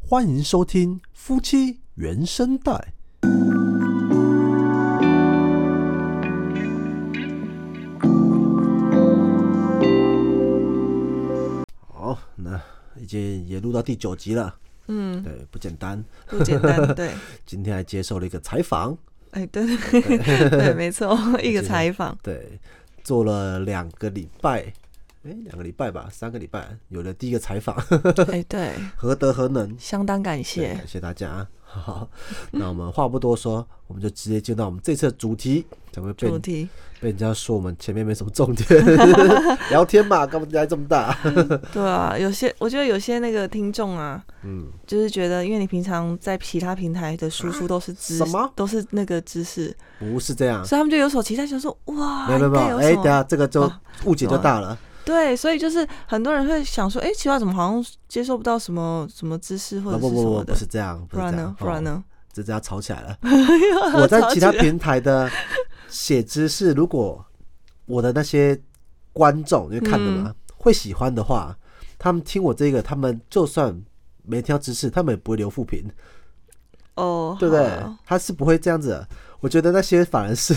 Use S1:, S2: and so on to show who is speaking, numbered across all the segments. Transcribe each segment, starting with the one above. S1: 欢迎收听《夫妻原声带》。好，那已经也录到第九集了，
S2: 嗯，
S1: 对，不简单。
S2: 不简 单，对，
S1: 今天还接受了一个采访，
S2: 哎，对对 对对，没错，一个
S1: 是
S2: 采访，
S1: 对，做了两个礼拜，哎，两个礼拜吧，三个礼拜，有了第一个采访，
S2: 哎，对，
S1: 何德何能？
S2: 相当感
S1: 对
S2: 谢，
S1: 感谢大家啊。 好，那我们话不多说，我们就直接进到我们这次的主题，才会被
S2: 主题，
S1: 被人家说我们前面没什么重点， 聊天嘛，干嘛压力这么大？
S2: 对啊，有些我觉得有些那个听众啊，
S1: 嗯，啊
S2: 就是觉得，因为你平常在其他平台的输出都是知
S1: 什么
S2: 都是那个知识，
S1: 不是这样，
S2: 所以他们就有所期待，想说哇，
S1: 没有没有没
S2: 啊该
S1: 有，
S2: 有
S1: 哎，
S2: 什
S1: 等一
S2: 么？
S1: 下这个就
S2: 啊
S1: 误解就大了。
S2: 对，所以就是很多人会想说，哎，奇怪，怎么好像接受不到什么什么知识哦
S1: 不
S2: 或者
S1: 啊不不
S2: 是什
S1: 不，
S2: 么
S1: 不
S2: 的？
S1: 是这样，不是
S2: 不
S1: 这
S2: 然
S1: 样
S2: 呢？，不然
S1: 哦？
S2: 呢？
S1: 这这要吵起来了。
S2: 我
S1: 我在其他平台的写知识，如果我的那些观众因为看的嘛，会喜欢的话，他们听我这个，他们就算没听到知识，他们也不会留负评，
S2: 哦，
S1: 对不对
S2: 好？
S1: 他是不会这样子的。我觉得那些反而是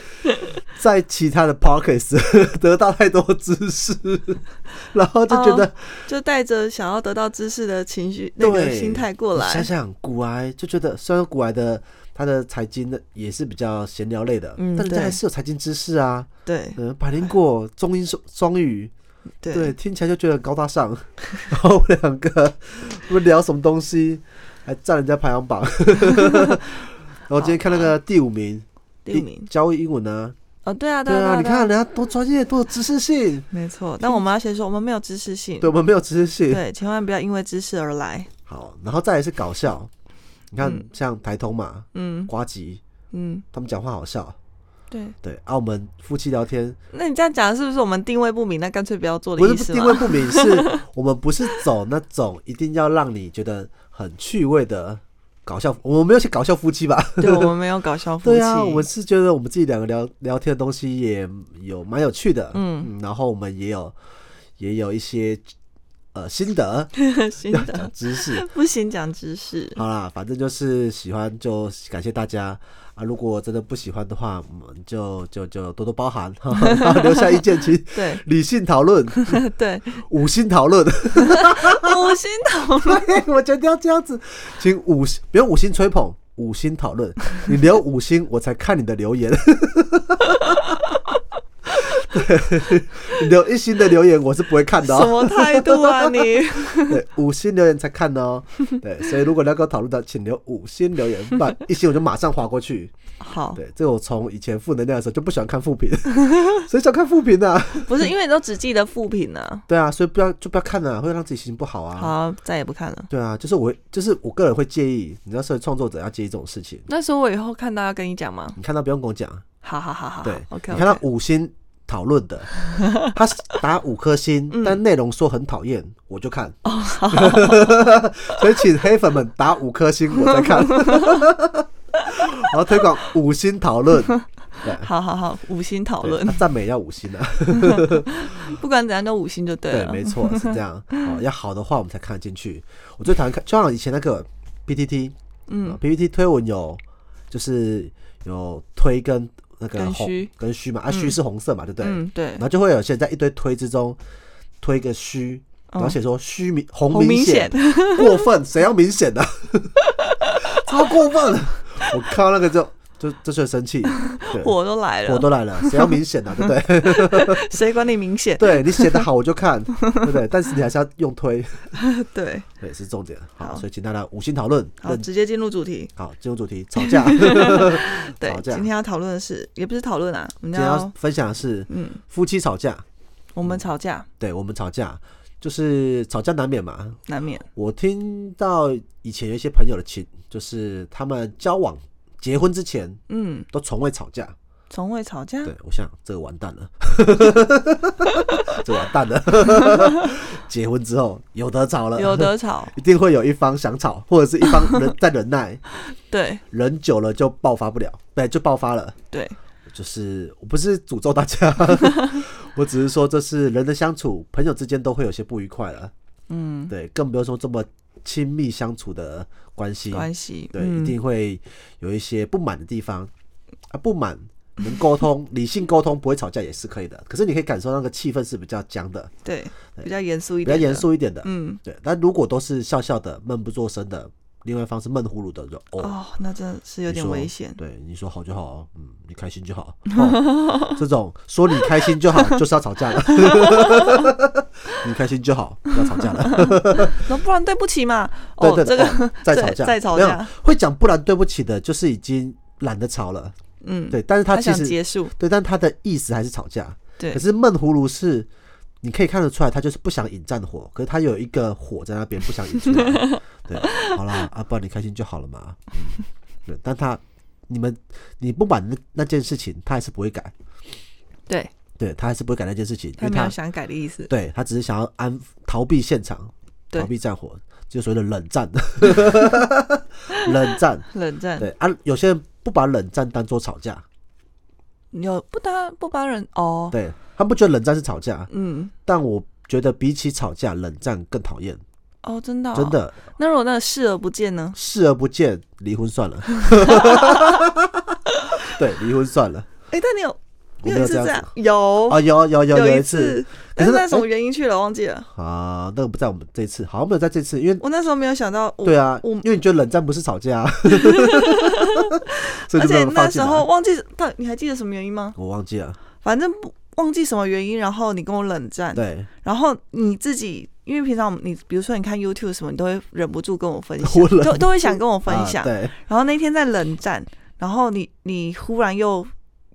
S1: 在其他的 pockets 得到太多知识，然后就觉得、
S2: 就带着想要得到知识的情绪、那个
S1: 对
S2: 心态过来
S1: 你。想想古埃就觉得，虽然古埃的他的财经的也是比较闲聊类的，
S2: 嗯
S1: 但人家
S2: 对
S1: 还是有财经知识啊。
S2: 对
S1: 嗯，百灵果、中英双双语，
S2: 对
S1: 对，听起来就觉得很高大上。 然后我们两个，我们聊什么东西，还占人家排行榜。 然后今天看那个第五名，
S2: 第五名
S1: 教英文呢、
S2: 哦，对啊，
S1: 啊，对
S2: 啊，
S1: 啊，
S2: 啊
S1: 你看人，家多专业，多有知识性，
S2: 没错。但我们要先说，我们没有知识性，
S1: 对我们没有知识性。
S2: 对，千万不要因为知识而来。
S1: 好，然后再来是搞笑，你看
S2: 嗯
S1: 像台通嘛、
S2: 嗯
S1: 瓜吉，
S2: 嗯，
S1: 他们讲话好笑。
S2: 对。
S1: 对，啊，我们夫妻聊天
S2: 那你这样讲是不是我们定位不明？那干脆不要做
S1: 不
S2: 的
S1: 是
S2: 意思
S1: 定位
S2: 吗？
S1: 不明， 是我们不是走那种一定要让你觉得很趣味的搞笑，我们没有去搞笑夫妻吧？
S2: 对，我们没有搞笑夫妻。
S1: 对啊，我们是觉得我们自己两个聊聊天的东西也有蛮有趣的，
S2: 嗯，
S1: 然后我们也有也有一些呃心得
S2: 行
S1: 要
S2: 的，
S1: 讲知 识。
S2: 不行讲知识。
S1: 好啦，反正就是喜欢就感谢大家啊！如果真的不喜欢的话，我们就就就多多包涵， 然后留下意见，请
S2: 对
S1: 理性讨论，
S2: 对，
S1: 五星讨论。
S2: 五星讨论。
S1: 对，我觉得要这样子，请五星不用五星吹捧，五星讨论，你留五星，我才看你的留言。 对，你留一星的留言我是不会看的
S2: 什
S1: 哦，
S2: 么态度 啊你？
S1: 对，五星留言才看的哦。对，所以如果你要跟我讨论的，请留五星留言，不然一星我就马上划过去。
S2: 好，
S1: 对，这我从以前负能量的时候就不喜欢看负评， 谁想看负评呢？
S2: 不是因为你都只记得副品呢。
S1: 对啊，所以不要就不要看了、会让自己心情不好啊。
S2: 好，再也不看了。
S1: 对啊，就是我会，就是我个人会介意，你知道，身为创作者要介意这种事情。
S2: 那时候我以后看到要跟你讲吗？
S1: 你看到不用跟我讲，啊
S2: 好好好好，
S1: 对
S2: 啊，OK，
S1: 你看到五星讨论 的，他打五颗星，
S2: 嗯
S1: 但内容说很讨厌，我就看。
S2: 哦
S1: 所以请黑粉们打五颗星，我再看。然后推广五星讨论，对，
S2: 好好好，五星讨论
S1: 对，啊赞美要五星啊，
S2: 不管怎样都五星就对啊
S1: 对，
S2: 了。
S1: 没错，是这样。哦，要好的话我们才看得进去。我最讨厌看，就像以前那个 PPT，
S2: 嗯，
S1: PPT 推文有就是有推跟那个
S2: 跟
S1: 红
S2: 虚
S1: 跟虚嘛，啊虚是红色嘛，对不对？
S2: 嗯，对
S1: 然，后就会有些人在一堆推之中推个虚，然后
S2: 嗯
S1: 写说虚明
S2: 好
S1: 红明显
S2: 显，
S1: 过分，谁要明显的？超过分！我看到那个就就就就生气，对，
S2: 火都来
S1: 火
S2: 了，
S1: 都来了，谁要明显的、啊对 不对？
S2: 谁管你明显？
S1: 对你写的好我就看，对不对？但是你还是要用推，
S2: 对，
S1: 对，是重点。好，
S2: 好
S1: 所以请大家五星讨论，
S2: 好，
S1: 认
S2: 直接进入主题。
S1: 好进入主题，吵架。
S2: 对
S1: 好，这
S2: 今
S1: 样
S2: 天要讨论的是，也不是讨论啊，我
S1: 今
S2: 们
S1: 天要
S2: 要，
S1: 分享的是
S2: 嗯，
S1: 夫妻吵架，
S2: 我们吵架
S1: 对我们吵架就是吵架难免嘛。
S2: 难免，
S1: 我听到以前有一些朋友的情，就是他们交往、结婚之前
S2: 嗯，
S1: 都从未吵架。
S2: 从未吵架，
S1: 对我想这个完蛋了， 这完蛋了。 结婚之后有得吵了，
S2: 有的吵，
S1: 一定会有一方想吵，或者是一方忍在忍耐，
S2: 对
S1: 忍久了就爆发不了，对，就爆发了。
S2: 对，
S1: 就是我不是诅 咒大家，我只是说这是人的相处，朋友之间都会有些不愉快了。
S2: 嗯，
S1: 对，更不用说这么亲密相处的关系，
S2: 关系
S1: 对，
S2: 嗯
S1: 一定会有一些不满的地方啊，不满能沟 通，理性沟通不会吵架也是可以的。可是你可以感受那个气氛是比较僵的，
S2: 对
S1: 对
S2: 比较严肃一
S1: 比较
S2: 点，
S1: 严，肃一点的。
S2: 嗯，
S1: 对，但如果都是笑笑的、闷不作声的，另外一方是闷葫芦的，就哦，
S2: 哦，那真的是有
S1: 你
S2: 点
S1: 说
S2: 危险，
S1: 对，你说好就好哦，嗯，你开心就好。 哦这种说你开心就好，就是要吵架了。 你开心就好，不要吵架了。
S2: 那不然对不起嘛，
S1: 对
S2: 哦，
S1: 对，
S2: 这
S1: 哦
S2: 个
S1: 再
S2: 对
S1: 吵架，
S2: 再吵
S1: 没有
S2: 架
S1: 会讲不然对不起的，就是已经懒得吵了。
S2: 嗯，
S1: 对，但是他
S2: 他
S1: 其
S2: 想
S1: 实
S2: 结束，
S1: 对，但他的意思还是吵架。
S2: 对
S1: 可，是闷葫芦是你可以看得出来，他就是不想引战火，可是他有一个火在那边不想引出来。对，好啦，啊，不然你开心就好了嘛。嗯、对，但他你们你不满那那件事情，他还是不会改。
S2: 对
S1: 对他还是不会改那件事情，因
S2: 他
S1: 为
S2: 没有
S1: 他
S2: 想改的意思，
S1: 对他只是想要安逃避现场，
S2: 对
S1: 逃避战火，就所谓的冷战。 冷战，
S2: 冷战，
S1: 对啊，有些人不把冷战当做吵架，
S2: 你有不搭不帮人哦，
S1: 对他们不觉得冷战是吵架，
S2: 嗯，
S1: 但我觉得比起吵架，冷战更讨厌，
S2: 哦，真的、哦，
S1: 真。的
S2: 那如果那个视而不见呢？
S1: 视而不见，离婚算了。 对，离婚算了。
S2: 哎、但你有
S1: 我
S2: 你
S1: 没有
S2: 有一次
S1: 这
S2: 这
S1: 样
S2: 样
S1: 子，
S2: 有
S1: 啊，有有有
S2: 一
S1: 一次，可
S2: 但
S1: 是
S2: 是
S1: 那
S2: 那什么原因去了，忘记了。
S1: 啊，那个不在我们这次，好像没有在这次，因为
S2: 我那时候没有想到，我
S1: 对啊，
S2: 我
S1: 因为你觉得冷战不是吵架、啊， 所以就没
S2: 而且
S1: 有啊
S2: 那
S1: 放
S2: 时
S1: 进来。
S2: 候忘记到底你还记得什么原因吗？
S1: 我忘记了，
S2: 反正不忘记什么原因，然后你跟我冷战，
S1: 对
S2: 然后你自己。因为平常我们你比如说你看 YouTube 什么，你都会忍不住跟我分 享
S1: 我，冷
S2: 都都会想跟我分享
S1: 啊、。对
S2: 然后那天在冷战，然后你你忽然又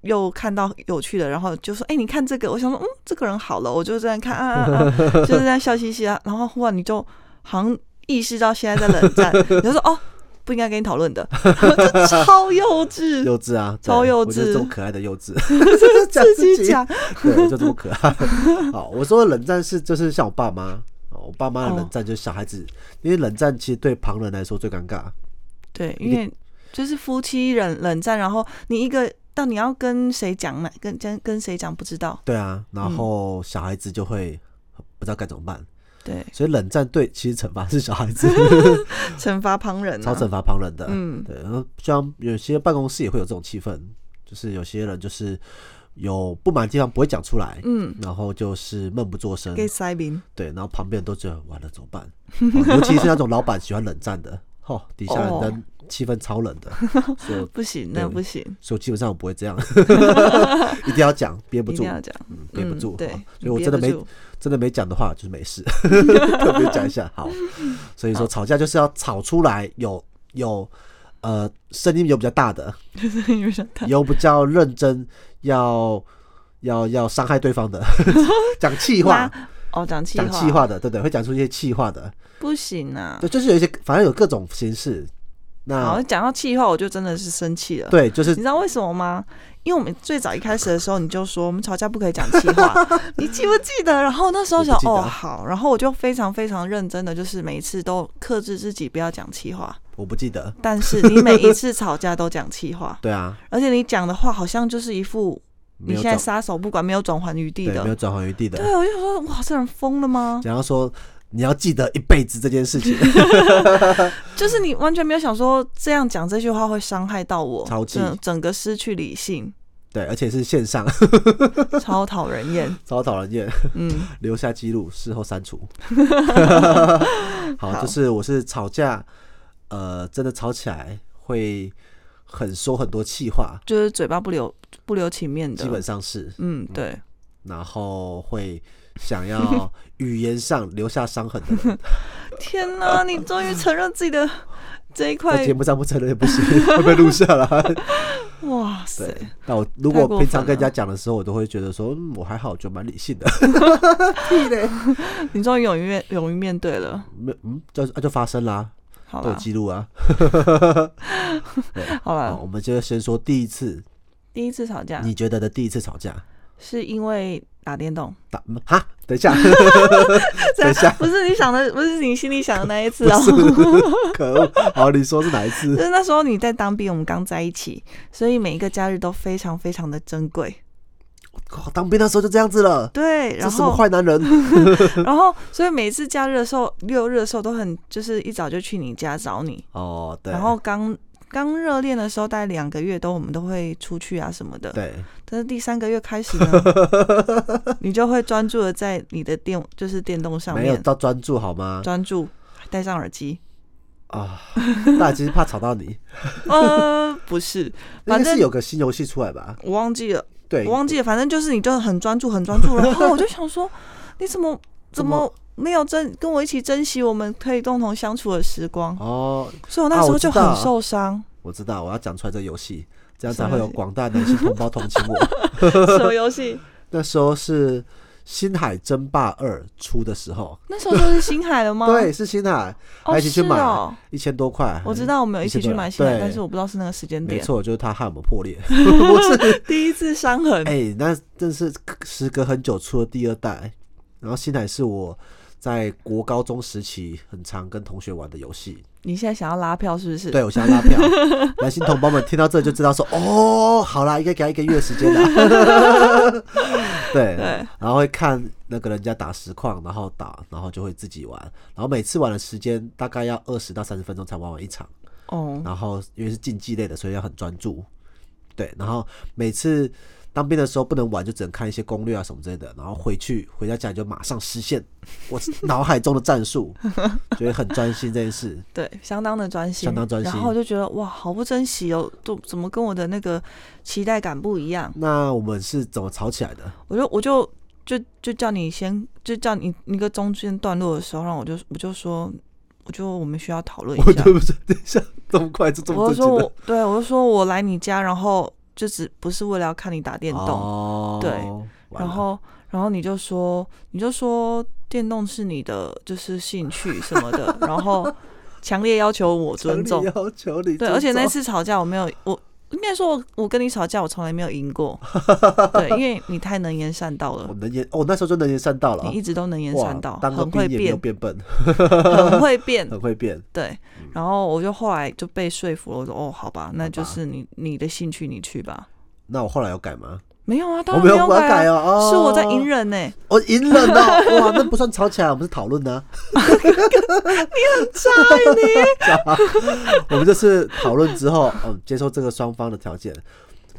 S2: 又看到有趣的，然后就说：“哎、你看这个。”我想说：“嗯，这个人好了。”我就这样看啊啊啊， 就是这样笑嘻嘻啊。然后忽然你就好像意识到现在在冷 战，你就说：“哦，不应该跟你讨论的。” 然后就超幼稚，
S1: 幼稚啊， 对
S2: 超幼
S1: 我就是
S2: 稚
S1: 这么可爱的幼 稚， 自
S2: 自己讲，
S1: 对，就这么可爱。 好，我说的冷战是就是像我爸妈，哦我爸妈的
S2: 哦
S1: 冷战就是小孩子，因为冷战其实对旁人来说最尴尬。
S2: 对，
S1: 一
S2: 因
S1: 个
S2: 为就是夫妻冷冷战，然后你一个到你要跟谁讲嘛，跟跟跟谁讲不知道，
S1: 对啊，然
S2: 嗯
S1: 后小孩子就会不知道该怎么办，
S2: 对，
S1: 所以冷战对其实惩罚是小孩 子，
S2: 惩罚旁人、啊，
S1: 超惩罚旁人的。
S2: 嗯，
S1: 对，然后像有些办公室也会有这种气氛，就是有些人就是有不满的地方不会讲出来，
S2: 嗯，
S1: 然后就是闷不作声，
S2: 给塞宾。
S1: 对，然后旁边人都觉得完了怎么办？哦尤其是那种老板喜欢冷战的，哦，底下人
S2: 哦
S1: 的气氛超冷的，所以我
S2: 不行，那
S1: 对
S2: 不行，
S1: 所以我基本上我不会 这样， 一定要讲，憋不
S2: 一
S1: 住
S2: 定，要讲，
S1: 嗯憋不住，
S2: 嗯、对
S1: 哦，所以
S2: 你
S1: 我
S2: 憋
S1: 真的
S2: 不
S1: 没
S2: 住
S1: 真的没讲的话就是没 事，特别讲一下好。所以说吵架就是要吵出来，有有呃声音有比较大 的，
S2: 有想到
S1: 有比较认真要要要伤害对方的， 讲气话，
S2: 拉哦，讲气
S1: 讲气话的，对对，会讲出一些气话的，
S2: 不行啊
S1: 对，。就是有一些反正有各种形式。
S2: 好，
S1: 那
S2: 讲到气话，我就真的是生气了。，
S1: 对，就是
S2: 你知道为什么吗？因为我们最早一开始的时候，你就说我们吵架不可以讲气 话，你记不记得？然后那时候想
S1: 我不记得
S2: 哦好，然后我就非常非常认真的，就是每一次都克制自己不要讲气话。
S1: 我不记得，，
S2: 但是你每一次吵架都讲气话
S1: 对啊，
S2: 而且你讲的话好像就是一副
S1: 没
S2: 你
S1: 有
S2: 现在
S1: 转
S2: 撒手不管，没有转圜余地
S1: 对
S2: 的
S1: 没有。转换余地的
S2: 对，，啊我就想说哇，这人疯了吗？
S1: 然后说你要记得一辈子这件事情，
S2: 就是你完全没有想说这样讲这句话会伤害到我，
S1: 超气
S2: 整整个失去理性，
S1: 对，而且是线上，
S2: 超讨人厌。
S1: 超讨人厌。
S2: 嗯，
S1: 留下记录，事后删 除。好，
S2: 好
S1: 就是我是吵架，呃，真的吵起来会很说很多气话，
S2: 就是嘴巴不留不留情面的，
S1: 基本上是，
S2: 嗯对，
S1: 然后会想要语言上留下伤痕的 人，
S2: 天哪，你终于承认自己的这
S1: 在
S2: 一块
S1: 节，目上不承认也不 行，会被录下来。
S2: 哇塞
S1: 对，，但我如果
S2: 太过
S1: 平常
S2: 分
S1: 跟人家
S2: 了
S1: 讲的时候，我都会觉得说，嗯，我还好，就蛮理性 的。屁嘞，
S2: 你终于勇于面勇于面对了，
S1: 没，嗯，就啊就发生啦、
S2: 好
S1: 都有
S2: 了
S1: 记录啊。好，
S2: 好了，
S1: 我们就先说第一次，
S2: 第一次吵架
S1: 哦你觉得的第一次吵架。
S2: 是因为打电动，
S1: 打嗯哈，等 一下，等一下
S2: 不是你想的，不是你心里想的那一次
S1: 不
S2: 哦，
S1: 是，可恶！好，你说是哪一次
S2: 就？是那时候你在当兵，我们刚在一起，所以每一个假日都非常非常的珍贵。
S1: 靠当兵的时候就这样子了，
S2: 对，
S1: 这
S2: 然
S1: 什么
S2: 后
S1: 坏男人？
S2: 然后，所以每次假日的时候，六日的时候都很就是一早就去你家找你。
S1: 哦，对，
S2: 然后刚刚热恋的时候，大概两个月都我们都会出去啊什么的。
S1: 对，
S2: 但是第三个月开始呢， 你就会专注的在你的电就是电动上
S1: 没有
S2: 面
S1: 到专注好吗？
S2: 专注，戴上 耳机。
S1: 啊，大其实怕吵到你，应
S2: 呃，不是，
S1: 该
S2: 反
S1: 是
S2: 正
S1: 有个新游戏出来吧？
S2: 我忘记了，
S1: 对，
S2: 我忘记了，反正就是你就很专注，很专注。然后我就想说，你怎么
S1: 怎
S2: 怎
S1: 么
S2: 么没有珍跟我一起珍惜我们可以共同相处的时光？
S1: 哦，
S2: 所以我那
S1: 啊
S2: 时
S1: 我
S2: 候就
S1: 知道
S2: 很受伤。
S1: 我知道，我要讲出来这游戏，这样
S2: 什
S1: 才
S2: 么
S1: 会有
S2: 游戏
S1: 广大男性同胞同情我。
S2: 什么游戏？
S1: 那时候是《星海争霸二》出的时候，
S2: 那时候就是星海了吗？
S1: 对，是星海，
S2: 哦，
S1: 还一起去
S2: 是
S1: 买
S2: 哦
S1: 一千多块，
S2: 我知道我们有一起去买星海，
S1: 对
S2: 但是我不知道是那个时间
S1: 没
S2: 点。
S1: 错，就是他害我们破裂，不是？
S2: 第一次伤痕，
S1: 哎、那真是时隔很久出了第二代，然后星海是我在国高中时期很常跟同学玩的游戏。
S2: 你现在想要拉票是不是？
S1: 对，我想要拉票，男性同胞们听到这就知道说，哦，好啦，应该给他一个月时间啦。 对，
S2: 对
S1: 然后会看那个人家打实况，然后打，然后就会自己玩，然后每次玩的时间大概要二十到三十分钟才玩完一场。
S2: 哦，
S1: 然后因为是竞技类的，所以要很专注。对，然后每次当兵的时候不能玩，就只能看一些攻略啊什么之类的，然后回去回到家里就马上实现我脑海中的战术， 觉得很专心这件事。
S2: 对，相当的专心，
S1: 相当专心
S2: 然后我就觉得哇，好不珍惜哦，都怎么跟我的那个期待感不一样？
S1: 那我们是怎么吵起来的？
S2: 我就我就就就叫你先，就叫你那个中间段落的时候，让我就我就说，我就我们需要讨论一
S1: 我
S2: 下。
S1: 对不起，等一下这么快就这
S2: 我
S1: 么
S2: 就说
S1: 正经的
S2: 我对，我就说我来你家，然后就只不是为了要看你打电动，
S1: 哦，
S2: 对
S1: 完了，
S2: 然后然后你就说你就说电动是你的就是兴趣什么 的，然后强烈要求我尊
S1: 强
S2: 重
S1: 力，要求你尊重，
S2: 对，而且那次吵架我没有我。应该说我，我跟你吵架，我从来没有 赢过。对，因为你太能言善道
S1: 我
S2: 了，
S1: 能言，哦，那时候就能言善道了
S2: 你
S1: 啊，
S2: 一直都能言
S1: 哇
S2: 善道，，
S1: 当个
S2: 很会
S1: 兵也没有
S2: 变，
S1: 变笨，
S2: 很会 变。
S1: 很会变，
S2: 对，然后我就后来就被说服了，我说哦，好吧，那就
S1: 嗯好吧
S2: 是你你的兴趣，你去吧。
S1: 那我后来有改吗？
S2: 没有啊，当
S1: 我
S2: 然
S1: 没
S2: 有
S1: 我要
S2: 改
S1: 改
S2: 啊，
S1: 哦，哦
S2: 是我在隐忍呢、欸
S1: 我隐忍哦， 哇，那不算吵起来，我们是讨论啊呢。
S2: 渣你！
S1: 我们就是讨论之后，嗯，接受这个双方的条件，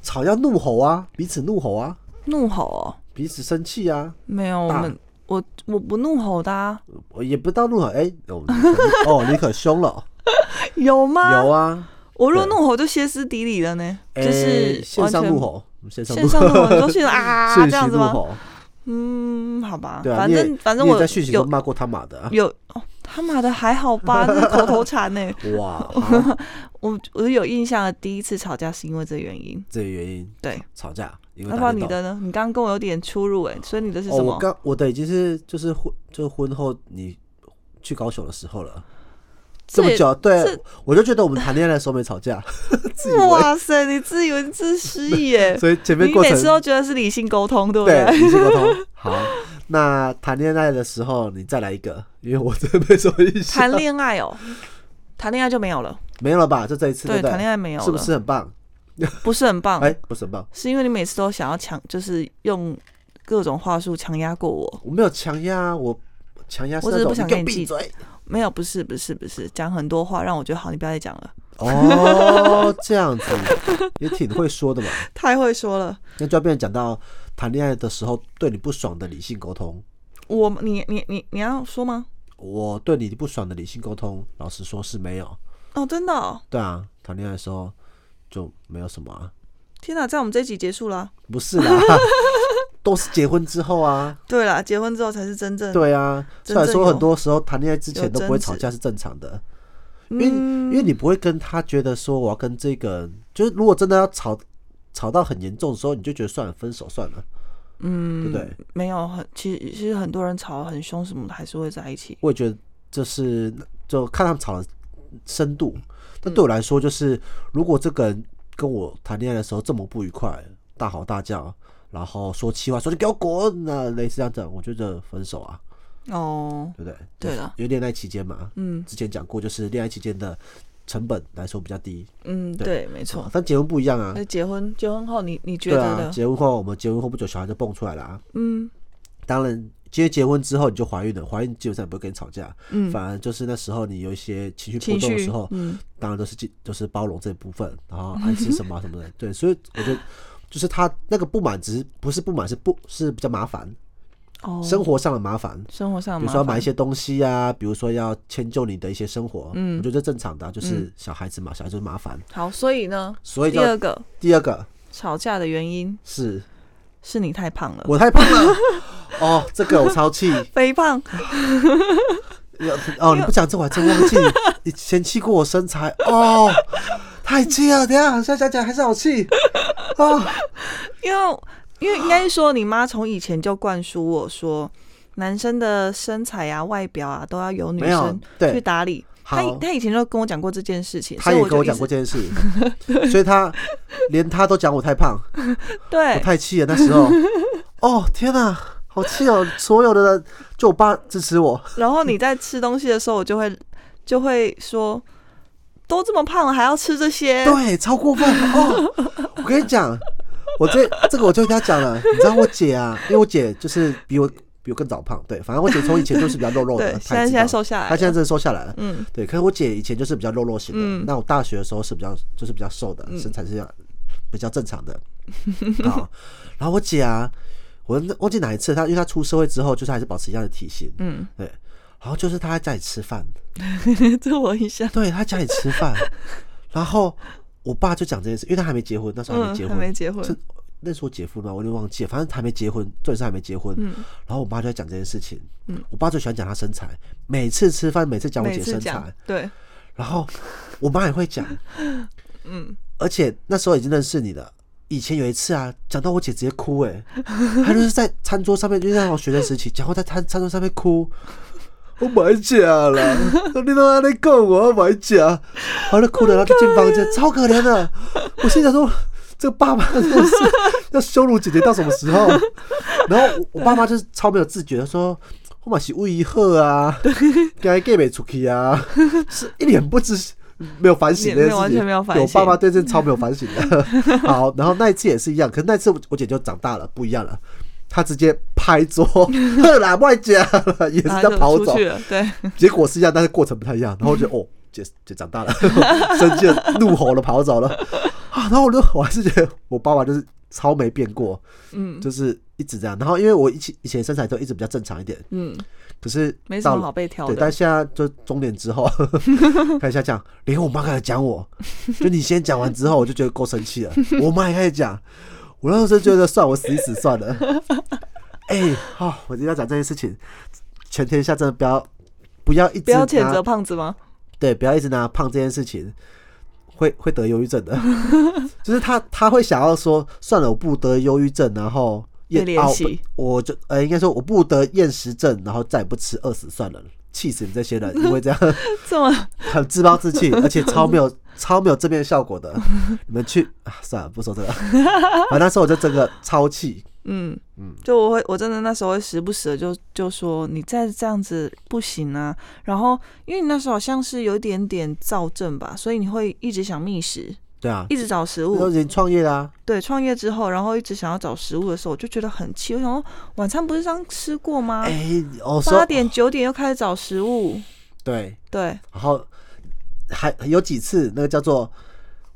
S1: 吵要怒吼啊，彼此怒吼啊，
S2: 怒吼、哦？
S1: 彼此生气啊，
S2: 没有，我
S1: 大
S2: 们我我不怒吼的、啊，
S1: 我也不到怒吼，哎、哦，你可哦，你可凶 了，
S2: 有吗？
S1: 有啊，
S2: 我若
S1: 对
S2: 怒吼就歇斯底里了呢，
S1: 哎、
S2: 就是
S1: 线
S2: 完
S1: 上
S2: 全
S1: 怒吼，我们线上怒
S2: 线 上怒吼你都是啊
S1: 讯
S2: 这
S1: 息
S2: 样子
S1: 怒
S2: 吗？
S1: 吼，
S2: 嗯，好吧，
S1: 对啊，
S2: 反
S1: 你也
S2: 正反正
S1: 你也
S2: 我
S1: 在讯息中
S2: 有
S1: 骂过他妈的、 啊，
S2: 有哦，他妈的还 好吧，这是口头禅呢、
S1: 哇，哦好
S2: 我我有印象的第一次吵架是因为这个原因。
S1: 这个原因
S2: 对，
S1: 吵架，因为
S2: 那
S1: 打
S2: 不然
S1: 电
S2: 你
S1: 动
S2: 的呢？你刚刚跟我有点出入哎、所以你的是
S1: 哦，
S2: 什么？
S1: 我刚我的已经是就是婚就是婚后你去高雄的时候了。这么
S2: 也
S1: 久，啊对
S2: 这，
S1: 我就觉得我们谈恋爱的时候没吵 架，自以为，
S2: 哇塞，你自以为自失忆耶！
S1: 所以前面
S2: 你
S1: 过
S2: 每
S1: 程
S2: 次都觉得是理性沟通，对不
S1: 对
S2: 对？
S1: 理性沟通。好，那谈恋爱的时候你再来一个，因为我真的没什么印象
S2: 谈，恋爱哦，谈恋爱就没有了。
S1: 没有了吧？就这一次，
S2: 对，
S1: 不
S2: 谈
S1: 对？
S2: 恋爱没有了，嗯
S1: 是不是很棒？
S2: 不是很棒？
S1: 哎，不是很棒，
S2: 是因为你每次都想要强，就是用各种话术强压过我。
S1: 我没有强压，我强压是
S2: 我只
S1: 那
S2: 是
S1: 种
S2: 不想
S1: 给
S2: 跟你
S1: 闭
S2: 计
S1: 嘴。
S2: 没有，不是，不是，不是，讲很多话让我觉得好，你不要再讲了，
S1: 哦，这样子也挺会说的嘛。
S2: 太会说了。
S1: 那就要变成讲到谈恋爱的时候对你不爽的理性沟通。
S2: 我，你，你，你，你要说吗？
S1: 我对你不爽的理性沟通，老实说是没有。
S2: 哦，真的、哦，
S1: 对啊，谈恋爱的时候就没有什么啊，
S2: 天哪，这样我们这一集结束了。啊
S1: 不是啦， 都是结婚之后啊。
S2: 对啦，结婚之后才是真正。
S1: 对啊，虽
S2: 真
S1: 然
S2: 正
S1: 说
S2: 有
S1: 很多时候谈恋爱之前
S2: 有
S1: 都不会
S2: 争
S1: 吵
S2: 执
S1: 架是正常的，因为、因
S2: 嗯，
S1: 为你不会跟他觉得说我要跟这个人，就是如果真的要吵吵到很严重的时候，你就觉得算了，分手算了，对不
S2: 嗯，
S1: 对？
S2: 没有很，其实其实很多人吵得很凶什么的，还是会在一起。
S1: 我也觉得这是就看他们吵的深度。
S2: 嗯
S1: 但对我来说，就是如果这个人跟我谈恋爱的时候这么不愉快，大吼大叫，然后说气话，说你给我滚，那类似这样讲，我觉得分手啊，
S2: 哦，
S1: 对不对？
S2: 对了，
S1: 因为恋爱期间嘛，
S2: 嗯，
S1: 之前讲过，就是恋爱期间的成本来说比较低。
S2: 嗯，对，没错
S1: 啊。但结婚不一样啊
S2: 那，结婚结婚后你，你觉
S1: 对
S2: 得
S1: 啊，
S2: 的？
S1: 结婚后我们结婚后不久小孩就蹦出来了啊。
S2: 嗯
S1: 当然，其实结婚之后你就怀孕了，怀孕基本上也不会跟你吵架，
S2: 嗯，
S1: 反而就是那时候你有一些情绪波
S2: 情
S1: 动的
S2: 绪
S1: 时候，，
S2: 嗯
S1: 当然都是记就是包容这部分，然后爱吃什么啊什么的，对，所以我觉得就是他那个不满，只是不是不满，是不是比较麻烦，
S2: 哦，
S1: 生活上的麻烦，
S2: 生活上的
S1: 比如
S2: 麻
S1: 说要
S2: 烦，
S1: 买一些东西啊，比如说要迁就你的一些生活，
S2: 嗯
S1: 我觉得这正常的啊、就是小孩子嘛，小孩子麻烦，
S2: 好，所以呢，
S1: 所以
S2: 第
S1: 就要
S2: 二个
S1: 第二个
S2: 吵架的原因
S1: 是
S2: 是你太胖了，
S1: 我太胖 了，哦，这个我超气，
S2: 肥胖，
S1: 要哦，你不讲这我还真忘记，你嫌弃过我身材哦，太气了，等一下现在想起来还是好气哦，
S2: 因为因为应该是说你妈从以前就灌输我说，男生的身材啊、外表啊都要由女
S1: 没有
S2: 生
S1: 对
S2: 去打理。她
S1: 好
S2: 她以前就跟我讲过这件事情，
S1: 他
S2: 所以
S1: 也
S2: 我
S1: 跟
S2: 就
S1: 我
S2: 一直
S1: 讲过这件事， 所以他连他都讲我太胖，我
S2: 对，
S1: 太气了那时候，哦天哪、好气哦！所有的人，就我爸支持我，
S2: 然后你在吃东西的时候，我就会就会说，都这么胖了还要吃这些，
S1: 对，超过分哦！我跟你讲，我这这个我就跟他讲了，你知道我姐啊，因为我姐就是比我比我更早胖，对，反正我姐从以前就是比较肉肉的，
S2: 对
S1: 她也
S2: 现在
S1: 哦知道
S2: 现在瘦下来
S1: 她现在
S2: 了，
S1: 真的瘦下来了。
S2: 嗯
S1: 对，可是我姐以前就是比较肉肉型的，
S2: 嗯
S1: 那我大学的时候是比较就是比较瘦的，身材是要比较正常的。 好，然后我姐啊，我那忘记哪一次她，因为她出社会之后，就是还是保持一样的体型，
S2: 嗯，
S1: 对。然后就是她在家里吃饭，
S2: 这我印象，
S1: 对她家里吃 饭，然后我爸就讲这件事，因为他还没结婚，那时候还
S2: 嗯
S1: 没结，
S2: 还
S1: 婚，
S2: 没结婚
S1: 是，那是我姐夫嘛，我有点忘记了，反正还没结婚，重点是还没结婚。
S2: 嗯
S1: 然后我妈就在讲这件事情，
S2: 嗯
S1: 我爸最喜欢讲她身材，每次吃饭每次讲我
S2: 每
S1: 姐
S2: 次
S1: 身
S2: 讲
S1: 材，，
S2: 对，
S1: 然后我妈也会讲，
S2: 嗯，
S1: 而且那时候已经认识你了。以前有一次啊，讲到我姐直接哭哎、 她就是在餐桌上面，就是那种学生时期，讲到在餐餐桌上面哭， 我买假了，你都在那讲我要买假，然后就哭的，然后就进房间，超可怜的。我心想说，这个爸妈真的是要羞辱姐姐到什么时候？然后我我爸妈就是超没有自觉的说，我买是为一贺啊，该 get 没出去 啊，是一脸不知没有反省
S2: 没
S1: 的
S2: 有
S1: 事情，
S2: 完全没有反
S1: 对我爸
S2: 省
S1: 妈对这超没有反省的。 好，然后那一次也是一样，可是那一次我我姐就长大了，不一样了。她直接拍桌，呵啦，外家了，啊也是
S2: 然
S1: 这
S2: 后
S1: 样
S2: 啊就
S1: 跑
S2: 出
S1: 走
S2: 去。了，对，
S1: 结果是一样，但是过程不太一样。然后我就哦，姐姐长大了， 生气了，怒吼了，跑走了啊！然后我就我还是觉得我爸爸就是超没变过，
S2: 嗯
S1: 就是一直这样。然后因为我以前以前身材都一直比较正常一点，
S2: 嗯，
S1: 可是
S2: 没什
S1: 到
S2: 么
S1: 了
S2: 好被挑
S1: 对，
S2: 的，
S1: 但现在就中年之后 开始下讲，连我妈开始讲我，就你先讲完之后，我就觉得够生气了。我妈也开始讲，我那时候觉得算我死一死算了。 哎、好、我今天要讲这件事情，全天下真的不要不要一直
S2: 不要
S1: 拿
S2: 谴责胖子吗？
S1: 对，不要一直拿胖这件事情，会会得忧郁症的。 就是他他会想要说，算了，我不得忧郁症，然后
S2: 被
S1: 厌
S2: 怜
S1: 啊我
S2: 惜
S1: 不我就呃，应该说我不得厌食症，然后再也不吃，饿死算了，气死你这些人，因为这样
S2: 这么
S1: 很自暴自弃，而且超没有超没有正面效果的。你们去啊，算了，不说这个。反正那时候我就整个超气，
S2: 嗯，就我会，我真的那时候会时不时的就就说你再这样子不行啊。然后因为你那时候好像是有一点点躁症吧，所以你会一直想觅食，
S1: 对啊，
S2: 一直找食
S1: 那时候
S2: 物。
S1: 已经创业啦、啊，
S2: 对，创业之后，然后一直想要找食物的时候，我就觉得很气。我想说，晚餐不是刚吃过吗？
S1: 哎、我
S2: 啊八
S1: 说
S2: 点九点又开始找食物，
S1: 对，
S2: 对，
S1: 然后还有几次那个叫做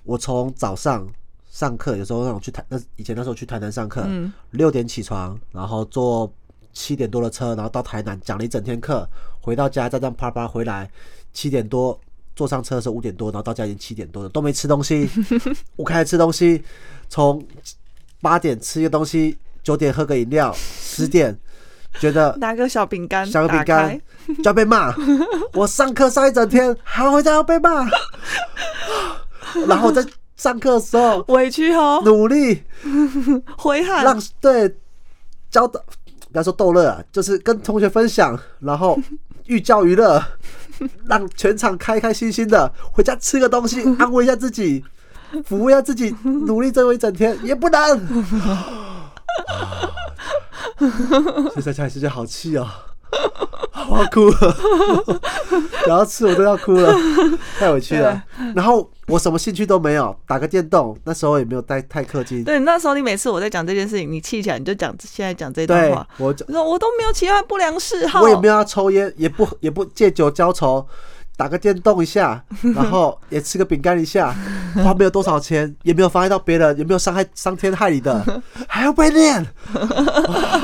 S1: 我从早上上课，有时候那种去台，那以前那时候去台南上课，
S2: 嗯
S1: 六、点起床，然后坐七点多的车，然后到台南讲了一整天课，回到家再这样啪啪回来，七点多。坐上车的时候五点多，然后到家已经七点多了，都没吃东西。我开始吃东西，从八点吃一个东西，九点喝个饮料，十点觉得
S2: 拿个小饼干，
S1: 小个饼
S2: 打
S1: 干
S2: 开，
S1: 就要被 骂。我上课上一整天，还回家要被骂，然后在上课的时候
S2: 委屈哦，
S1: 努力
S2: 挥汗
S1: 让，对教的，不要说逗乐啊，就是跟同学分享，然后寓教于乐，让全场开开心心的回家吃个东西，安慰一下自己，抚慰一下自己，努力这么一整天也不难。现在想起就好气哦。我要哭了， 我要吃我都要哭了，太委屈了。然后我什么兴趣都没有，打个电动，那时候也没有带太氪金。
S2: 对，那时候你每次我在讲这件事情，你气起来你就讲现在讲这段
S1: 对
S2: 话，
S1: 我
S2: 你说我都没有其他不良嗜好，
S1: 我也没有要抽烟，也不 也不借酒浇愁，打个电动一下， 然后也吃个饼干一下，花没有多少钱，也没有妨碍到别人，也没有伤害伤天害理的， 还要被念，哇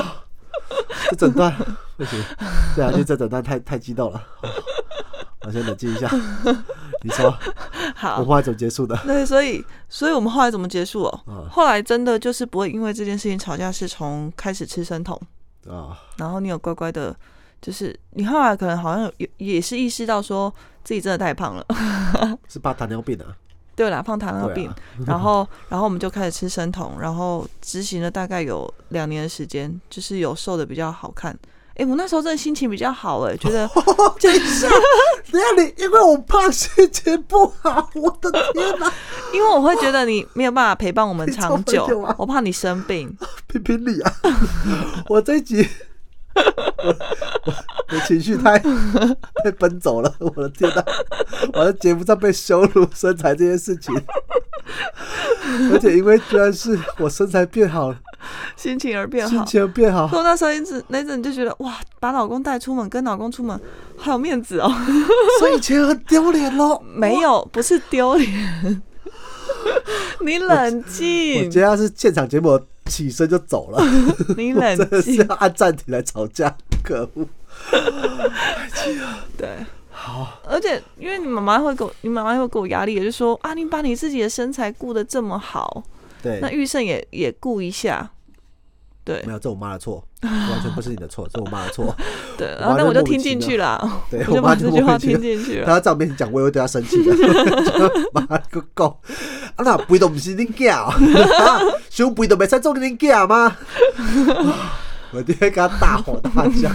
S1: 这诊断不行，对啊，就这诊断太太激动了，我先冷静一下。你说我
S2: 好
S1: 们。话怎么结束的？
S2: 对，所以，所以我们后来怎么结束哦？
S1: 嗯
S2: 后来真的就是不会因为这件事情吵架，是从开始吃生酮，
S1: 啊，
S2: 然后你有乖乖的，就是你后来可能好像有也也是意识到说自己真的太胖了，
S1: 是怕糖尿病 啊，
S2: 对啦，胖糖尿
S1: 对
S2: 病，
S1: 啊，
S2: 然后然后我们就开始吃生酮，然后执行了大概有两年的时间，就是有瘦的比较好看。哎、我那时候真的心情比较好、哎，觉得
S1: 等一下，等一下你因为我胖心情不好，我的天哪、
S2: 因为我会觉得你没有办法陪伴我们
S1: 你
S2: 长
S1: 这么
S2: 久
S1: 久啊，
S2: 我怕你生病。
S1: 评评理啊！我这一集，我我我情绪太太奔走了，我的天哪、我在节目上被羞辱身材这件事情，而且因为居然是我身材变好了，
S2: 心情而变
S1: 心
S2: 好。
S1: 情变好
S2: 所以，我那时候一直那阵你就觉得哇，把老公带出门，跟老公出门好有面 子哦。
S1: 所以以前很丢脸喽。
S2: 没有，不是丢脸。 你冷
S1: 我
S2: 静
S1: 今，天要是现场节目，我起身就走了，
S2: 你
S1: 我真
S2: 冷
S1: 的是
S2: 静。
S1: 要按暂停来吵架，可恶！
S2: 对，
S1: 好，
S2: 而且因为你妈妈会给我，你妈妈会给我压力，也就是说啊，你把你自己的身材顾得这么好，
S1: 对，
S2: 那玉胜也也顾一下。对
S1: 没有，这我妈的错，完全不是你的错，这我妈的错。
S2: 对，
S1: 我
S2: 然后
S1: 妈
S2: 那
S1: 就
S2: 我就
S1: 莫名
S2: 听
S1: 其
S2: 进
S1: 妙
S2: 去了，
S1: 对
S2: 我
S1: 我
S2: 就
S1: 妈
S2: 把
S1: 就
S2: 这
S1: 莫
S2: 句
S1: 名
S2: 话
S1: 其妙
S2: 听进去了。
S1: 他在我面前讲，我也会对他生气的。 就妈个狗，啊那肥都不是恁囝哦， 啊想肥都袂使做恁囝吗？ 我今天跟他大吼大叫，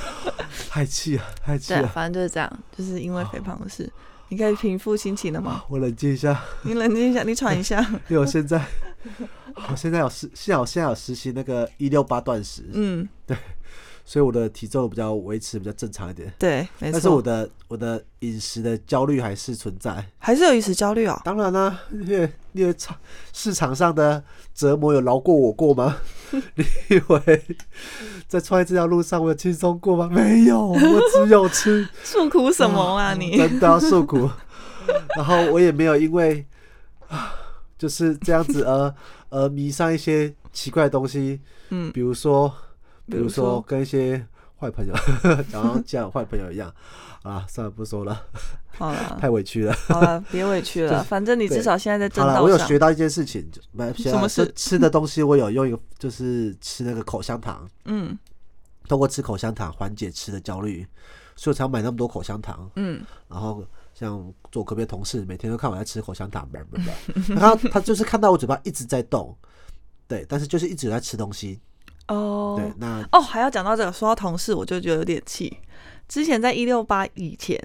S1: 太气了，太气啊
S2: 对，啊
S1: 了！
S2: 反正就是这样，就是因为肥胖的事，你可以平复心情了吗？
S1: 我冷静一下，
S2: 你冷静一下，你喘 一下。
S1: 因为我现在，我现在有实，幸好现在有实习那个一六八断食，
S2: 嗯，
S1: 所以我的体重比较维持比较正常一点。
S2: 对，没
S1: 但是我
S2: 错，
S1: 的我的饮食的焦虑还是存在，
S2: 还是有饮食焦虑哦。
S1: 当然啦、因为因为场市场上的折磨有饶过我过 吗？你以为在创业这条路上我有轻松过吗？没有，我只有吃，
S2: 诉苦什么啊 你？
S1: 真的要受苦。然后我也没有因为啊就是这样子而而迷上一些奇怪的东西，
S2: 嗯，
S1: 比如说比
S2: 比
S1: 如
S2: 如
S1: 说
S2: 说
S1: 跟一些坏朋友， 然后像坏朋友一样。啊，算了，不说了，
S2: 好 了，
S1: 太委屈了。
S2: 好了，别委屈 了，反正你
S1: 对
S2: 至少现在在正
S1: 好了，
S2: 道
S1: 我有
S2: 上。
S1: 学到一件事情，就没学
S2: 什
S1: 到
S2: 么
S1: 就
S2: 事
S1: 吃的东西，我有用一个，就是吃那个口香糖，
S2: 嗯
S1: 通过吃口香糖缓解吃的焦虑，所以我才买那么多口香糖。
S2: 嗯，
S1: 然后像做隔壁的同事，每天都看我在吃口香糖， 然后他就是看到我嘴巴一直在动，对，但是就是一直有在吃东西。
S2: 哦
S1: 对，那
S2: 哦，还要讲到这个，说到同事，我就觉得有点气。之前在一六八以前，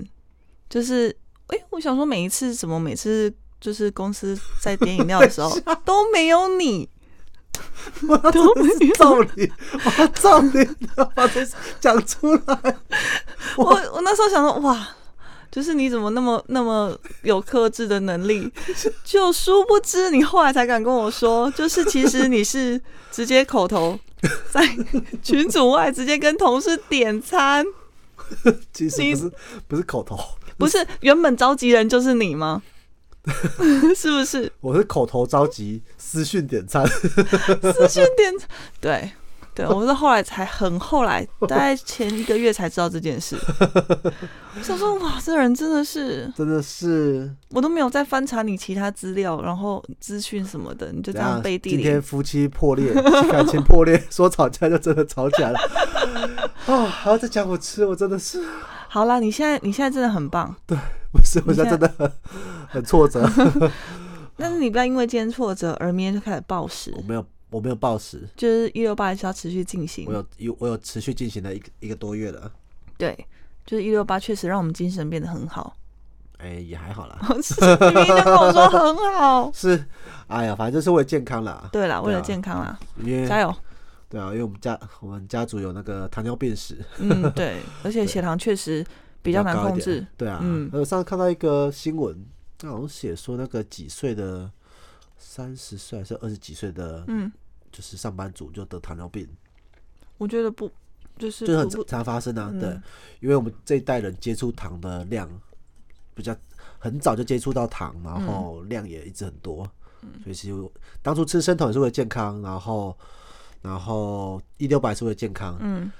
S2: 就是哎、诶我想说每一次怎么每次就是公司在点饮料的时候都没有你，
S1: 我要真的是揍你，我要揍你，把这讲出来。
S2: 我我那时候想说，哇，就是你怎么那么那么有克制的能力？就殊不知你后来才敢跟我说，就是其实你是直接口头在 群组外直接跟同事点餐，
S1: 其实不是不是口头，
S2: 不是原本召集人就是你吗？ 是不是
S1: 我是口头着急，私讯点餐。
S2: 资讯点？对。对，我是后来才很后来，大概前一个月才知道这件事。我想说，哇，这人真的是
S1: 真的是
S2: 我都没有再翻查你其他资料，然后资讯什么的，你就这
S1: 怎样
S2: 样背地
S1: 啊今天
S2: 里。
S1: 夫妻破裂，感情破裂， 说吵架就真的吵起来了。 啊，还要再讲我吃，我真的是
S2: 好啦，你现在你现在真的很棒，
S1: 不是？我
S2: 你
S1: 现在
S2: 现在
S1: 真的很很挫折。
S2: 但是你不要因为今天挫折而明天就开始暴食
S1: 我，没有，我没有暴食，
S2: 就是一六八还是要持续进行
S1: 我。有有我有持续进行了一个一个多月了。
S2: 对，就是一六八确实让我们精神变得很好。
S1: 哎、也还好啦。 。
S2: 你明天就跟我说很好
S1: 是，哎呀，反正就是为了健康啦。
S2: 对啦，为
S1: 对
S2: 了
S1: 啊
S2: 健康啦，
S1: 因为
S2: 加油！
S1: 对啊，因为我们家我们家族有那个糖尿病史，
S2: 嗯，对，而且血糖确实比较难
S1: 高一
S2: 控
S1: 点
S2: 制。。
S1: 对啊，
S2: 嗯
S1: 我上次看到一个新闻，那好像写说那个几岁的，三十岁还是二十几岁的，
S2: 嗯，
S1: 就是上班族就得糖尿病，
S2: 我觉得不就是
S1: 就是很
S2: 不
S1: 常常发生啊。
S2: 嗯
S1: 对，因为我们这一代人接触糖的量比较很早就接触到糖，然后量也一直很多，所以其实我当初吃生酮也是为了健康，然后然后一六八也是为了健康，
S2: 嗯，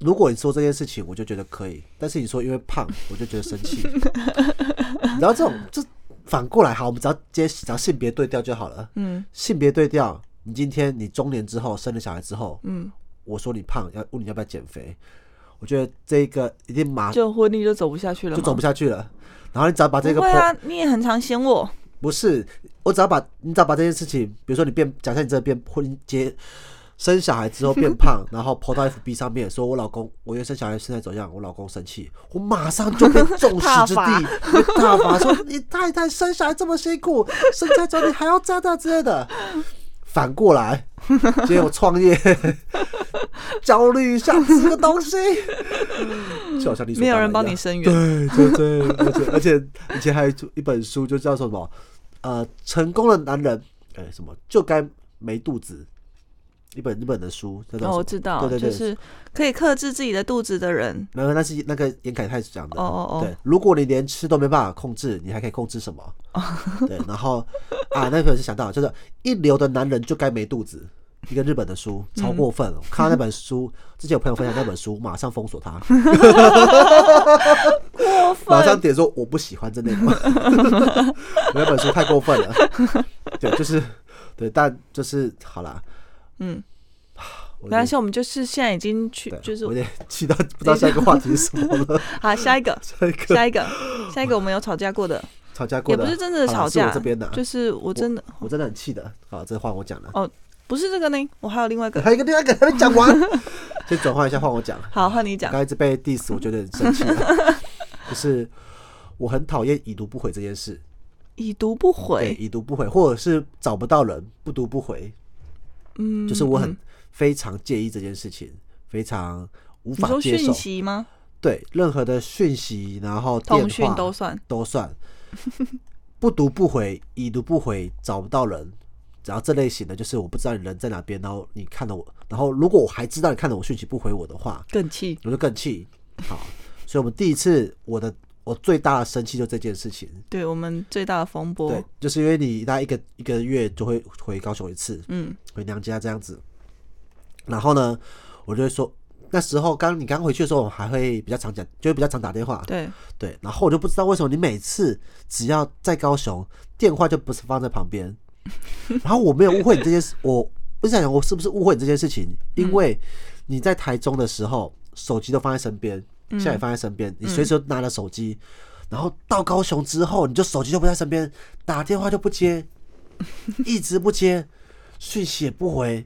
S1: 如果你说这件事情，我就觉得可以；但是你说因为胖，我就觉得生气。然后这种这反过来，好，我们只要接只要性别对调就好了。
S2: 嗯
S1: 性别对调，你今天你中年之后生了小孩之后，
S2: 嗯，
S1: 我说你胖，要问你要不要减肥，我觉得这个一定马
S2: 就婚姻就走不下去了
S1: 啊就
S2: 嘛。
S1: 走不下去了。然后你只要把这个
S2: 不会
S1: 泼
S2: 啊，你也很常嫌我。
S1: 不是，我只要把你只要把这件事情，比如说你变，假设你真的变婚结生小孩之后变胖，然后 PO 到 FB 上面，说我老公我因为生小孩身材走样，我老公生气，我马上就被众矢
S2: 踏
S1: 之
S2: 伐
S1: 的，被大法说你太太生小孩这么辛苦，身材走你还要这样那样之类的。反过来， 结果创业 焦虑一下吃个东西，就好像你
S2: 没有人帮你 声援。
S1: 对对对，而且而且以前还有一出一本书，就叫什么呃，成功的男人，哎、什么就该没肚子，一本日本的书，那
S2: 哦，我
S1: 种
S2: 知道，
S1: 对对对
S2: 就是可以克制自己的肚子的人。
S1: 没有，那是那个严凯泰讲的。
S2: 哦哦
S1: 对，如果你连吃都没办法控制，你还可以控制 什么？对，然后啊，那本是想到，就是一流的男人就该没肚子，一个日本的书，超过分了。 我看到那本书，之前有朋友分享那本书，马上封锁他，
S2: 哦，过
S1: 马上
S2: 分。
S1: 点说我不喜欢这 内容，那本书太过分了。对，就是对，但就是好啦，
S2: 嗯，
S1: 我
S2: 没
S1: 有
S2: 关
S1: 点
S2: 系，我们就是现在已经去
S1: 对，
S2: 就是
S1: 我有点 气到不知道下一个话题是什么了。
S2: 好，下一个，
S1: 下一个
S2: 下一个，下一 个，我们有吵架过的，
S1: 吵架过
S2: 也
S1: 的
S2: 不是真
S1: 好
S2: 的
S1: 啦
S2: 吵
S1: 是我
S2: 架
S1: 这，边的啊，
S2: 就是我真的
S1: 我真的很气的。好，这换我讲了。
S2: 不是这个呢，我还有另外一个。
S1: 还有一个另外一个还没讲完， 先转换一下，换我讲。
S2: 好，换你
S1: 刚
S2: 讲。
S1: 才一直被
S2: 嗯
S1: diss，我觉得很生气了。 就是我很讨厌已读不回这件事，
S2: 已读不
S1: 对，
S2: 回，
S1: 已读不回，或者是找不到人不读不回，
S2: 嗯，
S1: 就是我很
S2: 嗯
S1: 非常介意这件事情，非常无
S2: 你
S1: 法
S2: 说
S1: 接受
S2: 讯。息吗？
S1: 对，任何的讯息，然后电
S2: 通讯
S1: 话
S2: 都算。
S1: 都算， 不读不回，已读不回，找不到人，只要这类型的，就是我不知道你人在哪边，然后你看了我，然后如果我还知道你看了我讯息不回我的话，
S2: 更气，
S1: 我就更气。好，所以我们第一次我的我最大的生气就这件事情，
S2: 对我们最大的风波
S1: 对。，就是因为你大概一个一个月就会回高雄一次，
S2: 嗯
S1: 回娘家这样子。然后呢，我就会说，那时候刚你刚回去的时候，我还会比较常讲，就会比较常打电话。
S2: 对，
S1: 对，然后我就不知道为什么你每次只要在高雄，电话就不是放在旁边。然后我没有误会你这件事，我我想想我是不是误会你这件事情，因为你在台中的时候，手机都放在身边，现在也放在身边，你随时都拿着手机。然后到高雄之后，你就手机就不在身边，打电话就不接，一直不接，讯息也不回，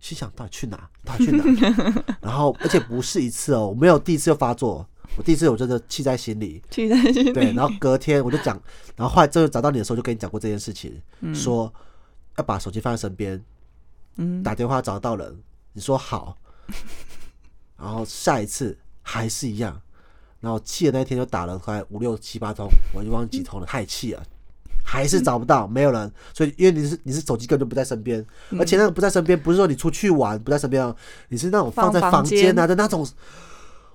S1: 心想到底去哪？到底去哪？然后而且不是一次哦，我没有第一次就发作，我第一次我真的气在心里，
S2: 气在心里。
S1: 对，然后隔天我就讲，然后后来真的找到你的时候，就跟你讲过这件事情，说要把手机放在身边，
S2: 嗯，
S1: 打电话找到人，你说好， 然后下一次还是一样，然后气的那天就打了快五六七八通，我就忘记几通了，太气了。还是找不到，没有人，所以因为你是你是手机根本就不在身边，而且那个不在身边，不是说你出去玩不在身边哦，你是那种放
S2: 放
S1: 在
S2: 房
S1: 房间啊
S2: 间
S1: 的那种，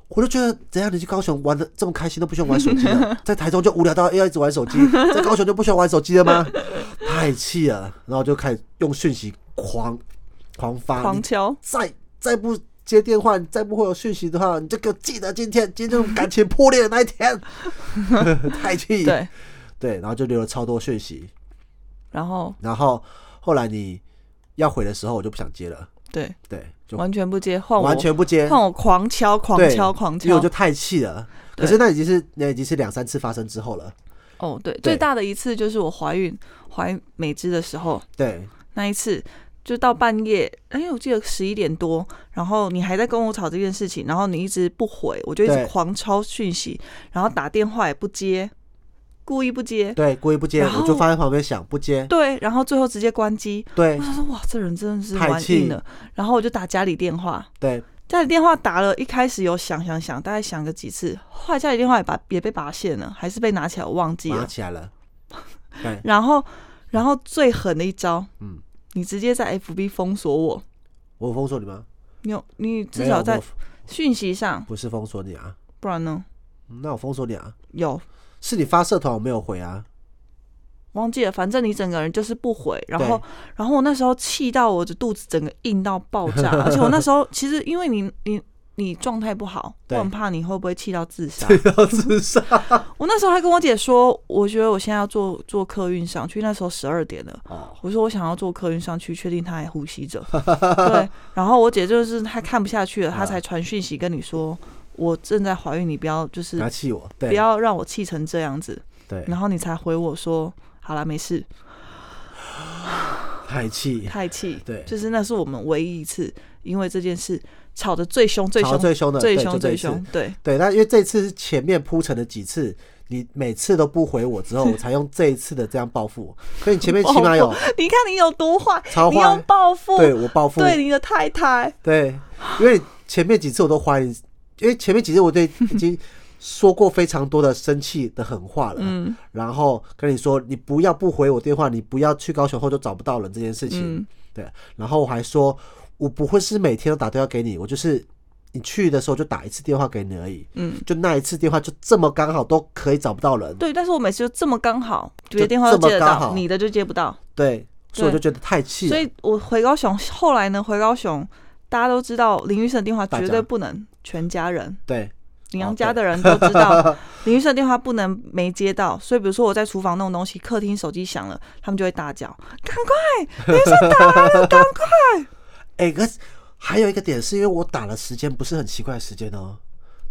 S1: 我就觉得怎样你去高雄玩的这么开心都不喜欢玩手机了，在台中就无聊到要一直玩手机，在高雄就不喜欢玩手机了吗？太气了，然后就开始用讯息狂狂发，
S2: 狂
S1: 你
S2: 敲。
S1: 再再不接电话，你再不会有讯息的话，你就给我记得今天今天这种感情破裂的那一 天，太气。
S2: 对，
S1: 对，然后就留了超多讯息，
S2: 然后
S1: 然后后来你要回的时候，我就不想接了，
S2: 对，
S1: 对，就
S2: 完全不接，换我
S1: 完全不接，
S2: 换我狂敲，狂
S1: 对
S2: 敲，狂
S1: 因为
S2: 敲
S1: 我就。太气了。可是那已经是那已经是两三次发生之后了，
S2: 哦，对，最大的一次就是我怀孕怀美芝的时候，
S1: 对
S2: 那一次就到半夜，哎，我记得十一点多，然后你还在跟我吵这件事情，然后你一直不回，我就一直
S1: 对
S2: 狂抄讯息，然后打电话也不接，故意不接，
S1: 对，故意不接，
S2: 然后
S1: 我就放在旁边想不接，
S2: 对，然后最后直接关机。
S1: 对
S2: 我想说，哇，这人真的是
S1: 太
S2: 玩
S1: 气
S2: 硬了。然后我就打家里电话，
S1: 对，
S2: 家里电话打了一开始有响响响，大概响个几次，后来家里电话也把也被拔线了，还是被拿起来，我忘记
S1: 拿
S2: 了。
S1: 起来了，对，
S2: 然后，然后最狠的一招，
S1: 嗯，
S2: 你直接在 FB 封锁我，
S1: 我有封锁你吗？
S2: 你有你至
S1: 没有
S2: 少在
S1: 我
S2: 讯息上，
S1: 不是封锁你啊，
S2: 不然呢？
S1: 那我封锁你啊，
S2: 有
S1: 是你发社团我没有回啊，
S2: 忘记了，反正你整个人就是不回，然后，然后我那时候气到我的肚子整个硬到爆 炸，而且我那时候其实因为你你你状态不好，我
S1: 对
S2: 很怕你会不会气到自杀。
S1: 要自杀，
S2: 我那时候还跟我姐说，我觉得我现在要坐坐客运上去，那时候十二点了。
S1: 哦，
S2: 我说我想要坐客运上去，确定他还呼 吸着。对，然后我姐就是她看不下去了，她
S1: 啊
S2: 才传讯息跟你说，我正在怀孕，你不要就是
S1: 不要气我，啊对，
S2: 不要让我气成这样子。
S1: 对，
S2: 然后你才回我说，好啦，没事，
S1: 太气，
S2: 太气。
S1: 对，
S2: 就是那是我们唯一一次因为这件事吵得最凶、最
S1: 吵
S2: 凶、
S1: 最凶的，
S2: 最
S1: 对就
S2: 凶、
S1: 这
S2: 最
S1: 一次
S2: 凶。对
S1: 对，那因为这次是前面铺陈了几次，你每次都不回我之后，我才用这一次的这样报复我。所以你前 面起码有
S2: 你看你有多坏，
S1: 超
S2: 你要
S1: 坏，
S2: 报复
S1: 对我报复，
S2: 对你的太太。
S1: 对，因为前面几次我都怀疑，因为前面几次我对已经说过非常多的生气的狠话了，
S2: 嗯
S1: 然后跟你说你不要不回我电话，你不要去高雄后就找不到人这件事情，
S2: 嗯，
S1: 对，然后我还说我不会是每天都打电话给你，我就是你去的时候就打一次电话给你而已。
S2: 嗯，
S1: 就那一次电话就这么刚好都可以找不到人，
S2: 对，但是我每次就这么刚好，
S1: 就
S2: 别的电话都
S1: 这么
S2: 接得
S1: 刚
S2: 到，
S1: 好啊
S2: 你的就接不到。
S1: 对，所以我就觉
S2: 对
S1: 得太气了。
S2: 所以我回高雄，后来呢，回高雄，大家都知道林医生的电话
S1: 大
S2: 绝
S1: 家哦
S2: 对不能全家人，
S1: 对
S2: 娘家的人都 知道林医生的电话不能没接到。所以比如说我在厨房弄东西，客厅手机响了，他们就会大叫，赶快
S1: 哎、可是还有一个点是因为我打的时间不是很奇怪的时间哦，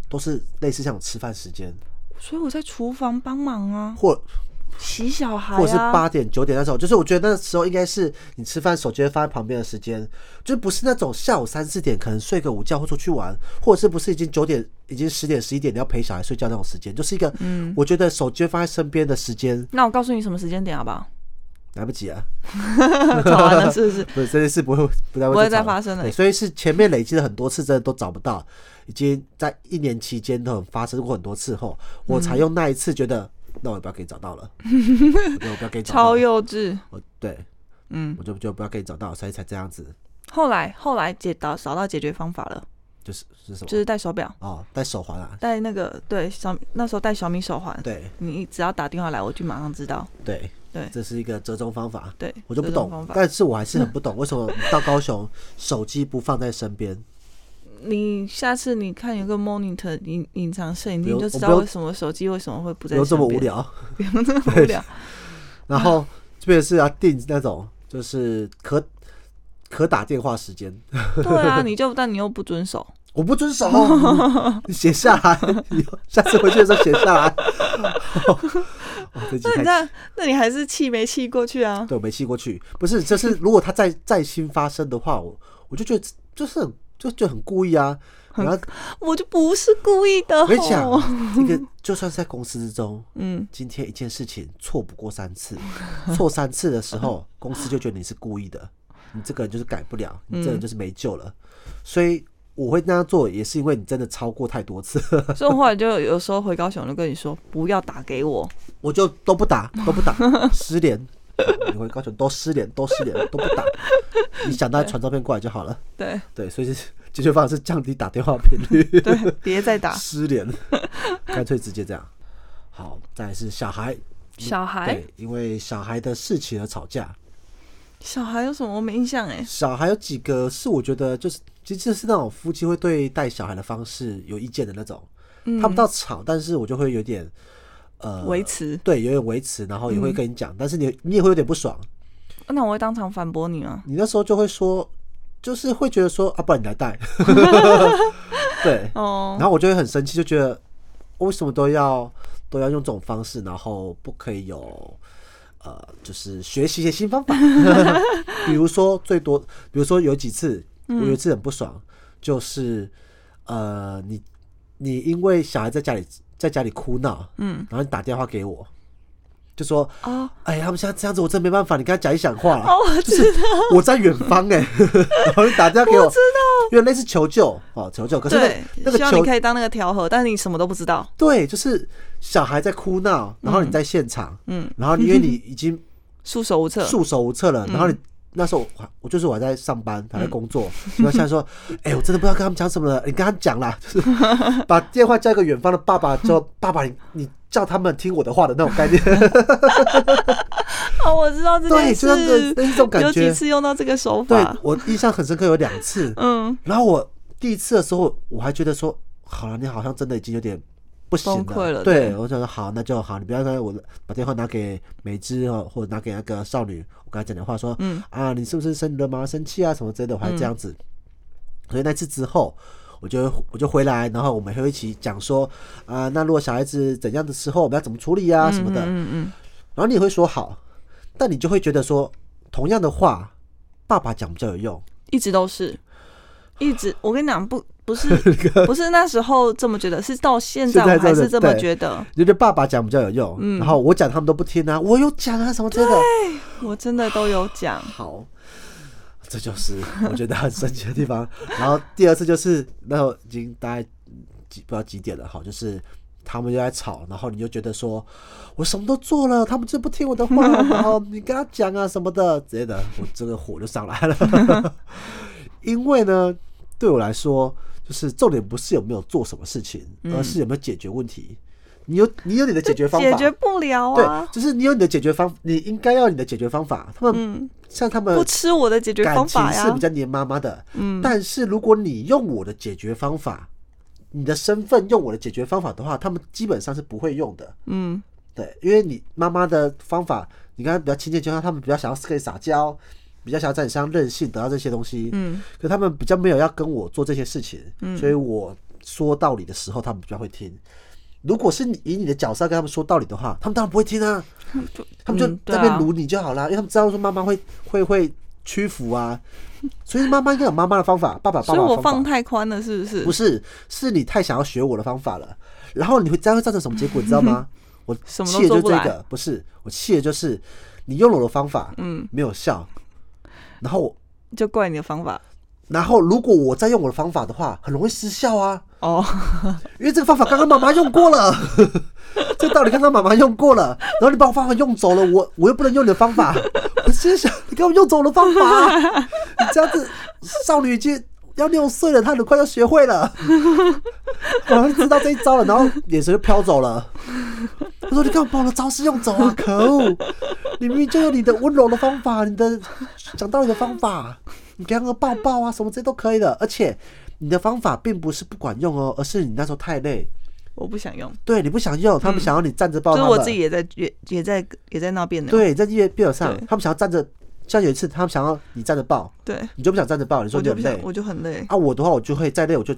S1: 都是类似像吃饭时间，
S2: 所以我在厨房帮忙啊，
S1: 或
S2: 洗小孩
S1: 或者是
S2: 啊，
S1: 八点九点那时候，就是我觉得那时候应该是你吃饭手机会放在旁边的时间，就不是那种下午三四点可能睡个午觉或出去玩，或者是不是已经九点已经十点十一点你要陪小孩睡觉那种时间，就是一个
S2: 嗯。
S1: 我觉得手机会放在身边的时间
S2: 那我告诉你什么时间点好 不好？
S1: 来不及啊，
S2: 吵完了是不是？
S1: 不是这件事不会不太会
S2: 不会
S1: 再
S2: 再
S1: 吵了
S2: 发生了
S1: 对，。所以是前面累积了很多次，真的都找不到，已经在一年期间都很发生过很多次后，我才用那一次觉得，那我不要给你找到 了，我就不要给你找到
S2: 超
S1: 了，
S2: 幼稚，
S1: 我对
S2: 嗯。
S1: 我就就不要给你找到，所以才这样子，
S2: 后来后来解到找到解决方法了，
S1: 就是是什么？
S2: 就是戴手表，
S1: 哦，戴手环啊，
S2: 戴那个对小那时候戴小米手环，
S1: 对
S2: 你只要打电话来，我就马上知道。
S1: 对
S2: 对
S1: 这是一个折中方法，
S2: 对，
S1: 我就不
S2: 这种
S1: 懂
S2: 方，法。
S1: 但是我还是很 不懂为什么你到高雄手机不放在身边，
S2: 你下次你看有个 monitor 隐隐藏摄影
S1: 不
S2: 机，
S1: 用
S2: 你就知
S1: 我
S2: 道
S1: 不用
S2: 为什么手机为什么会不在
S1: 有这么
S2: 身
S1: 无
S2: 边，
S1: 聊？
S2: 不用这 么无 聊。
S1: 然后这边是要定那种就是可可打电话时间，
S2: 对啊，你就但你又不遵守，
S1: 我不遵守， 你写下来，以后下次回去的时候写下来。 哦，这集
S2: 那你
S1: 太
S2: 那那你还是气没气过去啊？
S1: 对我没气过去，不是，就是如果他再再新发生的话，我我就觉得就是很就就很故意啊。然后
S2: 我就不是故意的
S1: 我跟你讲
S2: 吼。，
S1: 这个就算是在公司之中，
S2: 嗯，
S1: 今天一件事情错不过三次，错三次的时候，公司就觉得你是故意的，你这个人就是改不了，你这个人就是没救了。所以我会那样做，也是因为你真的超过太多次，
S2: 所以我后来就有时候回高雄就跟你说，不要打给我，
S1: 我就都不打，都不打，失联。你会告诉我都失联，都失联，都不打。你想到传照片过来就好了。
S2: 对
S1: 对，所以是解决方式是降低打电话频率，
S2: 对，啊别再打。
S1: 失联， 干脆直接这样。好，再来是小孩，
S2: 小孩
S1: 对，，因为小孩的事情而吵架。
S2: 小孩有什么我没印象哎、
S1: 小孩有几个是我觉得就是，其实就是那种夫妻会对待小孩的方式有意见的那种。
S2: 嗯
S1: 他们到吵，但是我就会有点呃
S2: 维嗯持，
S1: 对，有点维持，然后也会跟你讲，但是你你也会有点不爽，
S2: 那我会当场反驳你吗？
S1: 你那时候就会说，就是会觉得说啊，不然你来带， 对，
S2: 哦
S1: 然，后我就会很生气，就觉得为什么都要都要用这种方式，然后不可以有呃，就是学习一些新方 法，比如说最多，比如说有几次，
S2: 嗯
S1: 我有一次很不爽，就是呃，你你因为小孩在家里在家里哭闹，
S2: 嗯，
S1: 然后你打电话给我，就说
S2: 哦
S1: 哎、他们现在这样子，我真没办法，你跟他讲一讲话啦。
S2: 哦，我知道，
S1: 我在远方哎、然后就打电话给
S2: 我
S1: 我
S2: 知，道，
S1: 因为类似求救哦，求救。可是那
S2: 对
S1: 个，那个
S2: 希望
S1: 求
S2: 你可以当那个调和，但是你什么都不知道，
S1: 对，就是小孩在哭闹，然后你在现场，
S2: 嗯，
S1: 然后因为你已经
S2: 束手无策，
S1: 束手无策了，然后你。那时候我还我就是我还在上班，还在工作，然后现在说，哎、我真的不知道跟他们讲什么了，你跟他们讲啦，就是把电话交给远方的爸爸，之后爸爸你你叫他们听我的话的那种概念，
S2: 哦，我知道这
S1: 对，
S2: 件
S1: 就像这
S2: 事，
S1: 这种感
S2: 有几
S1: 觉，
S2: 次用到这个手
S1: 对
S2: 法，
S1: 我印象很深刻有两次，
S2: 嗯，
S1: 然后我第一次的时候，我还觉得说，好了，你好像真的已经有点不行
S2: 崩溃了
S1: 对，我想说好，那就好，你不要让我把电话拿给美芝哦，或者拿给那个少女，我跟她讲点话说，嗯啊，你是不是生了妈生气啊什么之类的，我还这样子。
S2: 嗯
S1: 所以那次之后。我就我就回来，然后我们会一起讲说，啊、那如果小孩子怎样的时候，我们要怎么处理啊什么的。
S2: 嗯嗯
S1: 然后你也会说好，但你就会觉得说，同样的话，爸爸讲比较有 用。
S2: 嗯，一直都是，一直，我跟你讲，不不是 不是那时候这么觉得，是到现在
S1: 现在
S2: 我还
S1: 这
S2: 是
S1: 么
S2: 这么
S1: 对
S2: 觉得，
S1: 觉得爸爸讲比较有用，
S2: 嗯
S1: 然后我讲他们都不听啊，我有讲啊什么之类的。
S2: 我真的都有讲，
S1: 好，这就是我觉得很神奇的地方。然后第二次就是那时候已经大概几不知道几点了，好，就是他们就在吵，然后你就觉得说我什么都做了，他们就不听我的话，然后你跟他讲啊什么的之类的，我这个火就上来了。 因为呢，对我来说，就是重点不是有没有做什么事情，而是有没有解决问题。你有你有你的解决方法，
S2: 解决不了
S1: 对
S2: 啊，，
S1: 就是你有你的解决方，你应该要有你的解决方法。他们、
S2: 嗯，
S1: 像他
S2: 不
S1: 们
S2: 吃我的解决
S1: 感
S2: 方
S1: 情
S2: 法
S1: 是
S2: 呀
S1: 比，较黏妈妈的，
S2: 嗯
S1: 但是如果你用我的解决方法，你的身份用我的解决方法的话，他们基本上是不会用的。
S2: 嗯，
S1: 对，因为你妈妈的方法，你刚才比较亲切，就像他们比较想要可以撒娇，比较想要在你身上任性，得到这些东西。
S2: 嗯，
S1: 可他们比较没有要跟我做这些事情，所以我说道理的时候，他们比较会听。如果是你以你的角色跟他们说道理的话，他们当然不会听啊，他们就
S2: 嗯对
S1: 在那
S2: 啊
S1: 边撸你就好啦，因为他们知道说妈妈会会会屈服啊，所以妈妈应该有妈妈的方法，爸爸有爸
S2: 所以
S1: 爸
S2: 我
S1: 的方
S2: 放
S1: 法，
S2: 太宽了，是不是？
S1: 不是是你太想要学我的方法了，然后你会这样会造成什么结果，你知道吗？我
S2: 什么都
S1: 气的就是
S2: 做不
S1: 这
S2: 来
S1: 个，不是我气的就是你用了我的方法，
S2: 嗯，
S1: 没有效，然后我
S2: 就怪你的方法
S1: 然后如果我再用我的方法的话，很容易失效啊，
S2: 哦，
S1: 因为这个方法刚刚妈妈用过了， 这道理刚刚妈妈用过了，然后你把我方法用走了，我我又不能用你的方法，我心想你给我用走了方法啊，你这样子少女已经要六岁了，她很快要学会了，我好像知道这一招了，然后眼神就飘走了。他说：“你干嘛把我的招式用走 啊？可恶！你明明就有你的温柔的方法，你的讲道理的方法，你给他个抱抱啊，什么这些都可以的。而且你的方法并不是不管用哦，而是你那时候太累，
S2: 我不想用，
S1: 对你不想用，他们想要你站着抱
S2: 嗯就是
S1: 他
S2: 我
S1: 们，
S2: 自己也在也也在也在那边呢，
S1: 对，在月边友上
S2: 对，
S1: 他们想要站着。像有一次，他们想要你站着抱，
S2: 对，
S1: 你就不想站着抱，你说
S2: 我
S1: 你
S2: 就
S1: 很
S2: 不想，
S1: 累
S2: 我就很累。
S1: 啊。我的话，我就会再累，我就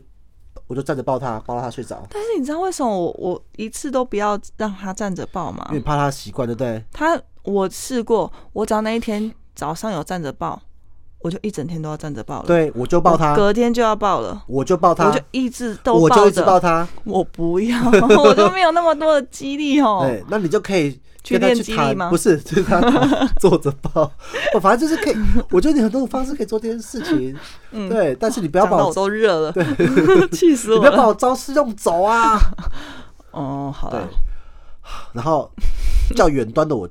S1: 我就站着抱他，抱到他睡着，
S2: 但是你知道为什么我我一次都不要让他站着抱吗
S1: 因为？怕他习惯，对不对？
S2: 他我试过，我只要那一天早上有站着抱，我就一整天都要站着抱了。，
S1: 对，我就抱他，
S2: 隔天就要抱了，
S1: 我就抱
S2: 我
S1: 他
S2: 就，一直都
S1: 我
S2: 抱
S1: 就一直
S2: 着。
S1: 抱他。
S2: 我 不要，我都没有那么多的激励哦。
S1: 对，哎那你就可以
S2: 去
S1: 跟他
S2: 练
S1: 去
S2: 肌
S1: 谈
S2: 力吗
S1: 不是， 就是他坐着 抱，我反正就是可以。我觉得你很多种方式可以做这件事情，
S2: 嗯
S1: 对。但是你不要
S2: 讲
S1: 把
S2: 到
S1: 我
S2: 我，都热了， 气死
S1: 你
S2: 我
S1: 不要把
S2: 了。
S1: 我招式用走 啊！
S2: 哦，好
S1: 对
S2: 了，，
S1: 然后叫远端的我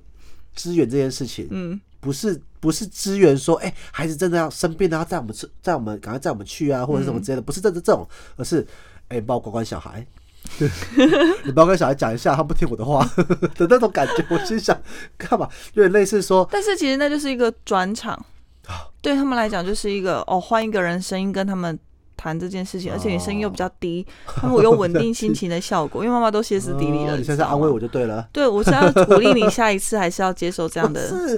S1: 支援这件事情，
S2: 嗯，
S1: 不是不是支援说，哎、孩子真的要生病了，要带我们去，带我们赶快带我们去啊，或者是什么之类
S2: 嗯
S1: 的，不是这这这种，而是，哎、你帮我管管小孩， 你帮我跟小孩讲一下，他不听我的话 的那种感觉，我心想干嘛？有点类似说，
S2: 但是其实那就是一个转场，
S1: 啊
S2: 对他们来讲就是一个哦，换一个人声音跟他们谈这件
S1: 啊
S2: 事情，而且你声音又比较低，他们有稳定心情的效 果，因为妈妈都歇斯底里
S1: 哦
S2: 了。
S1: 你
S2: 知
S1: 现
S2: 道
S1: 在
S2: 吗
S1: 安慰我？就对了。
S2: 对，我是要鼓励你下一次还是要接受这样的。
S1: 是、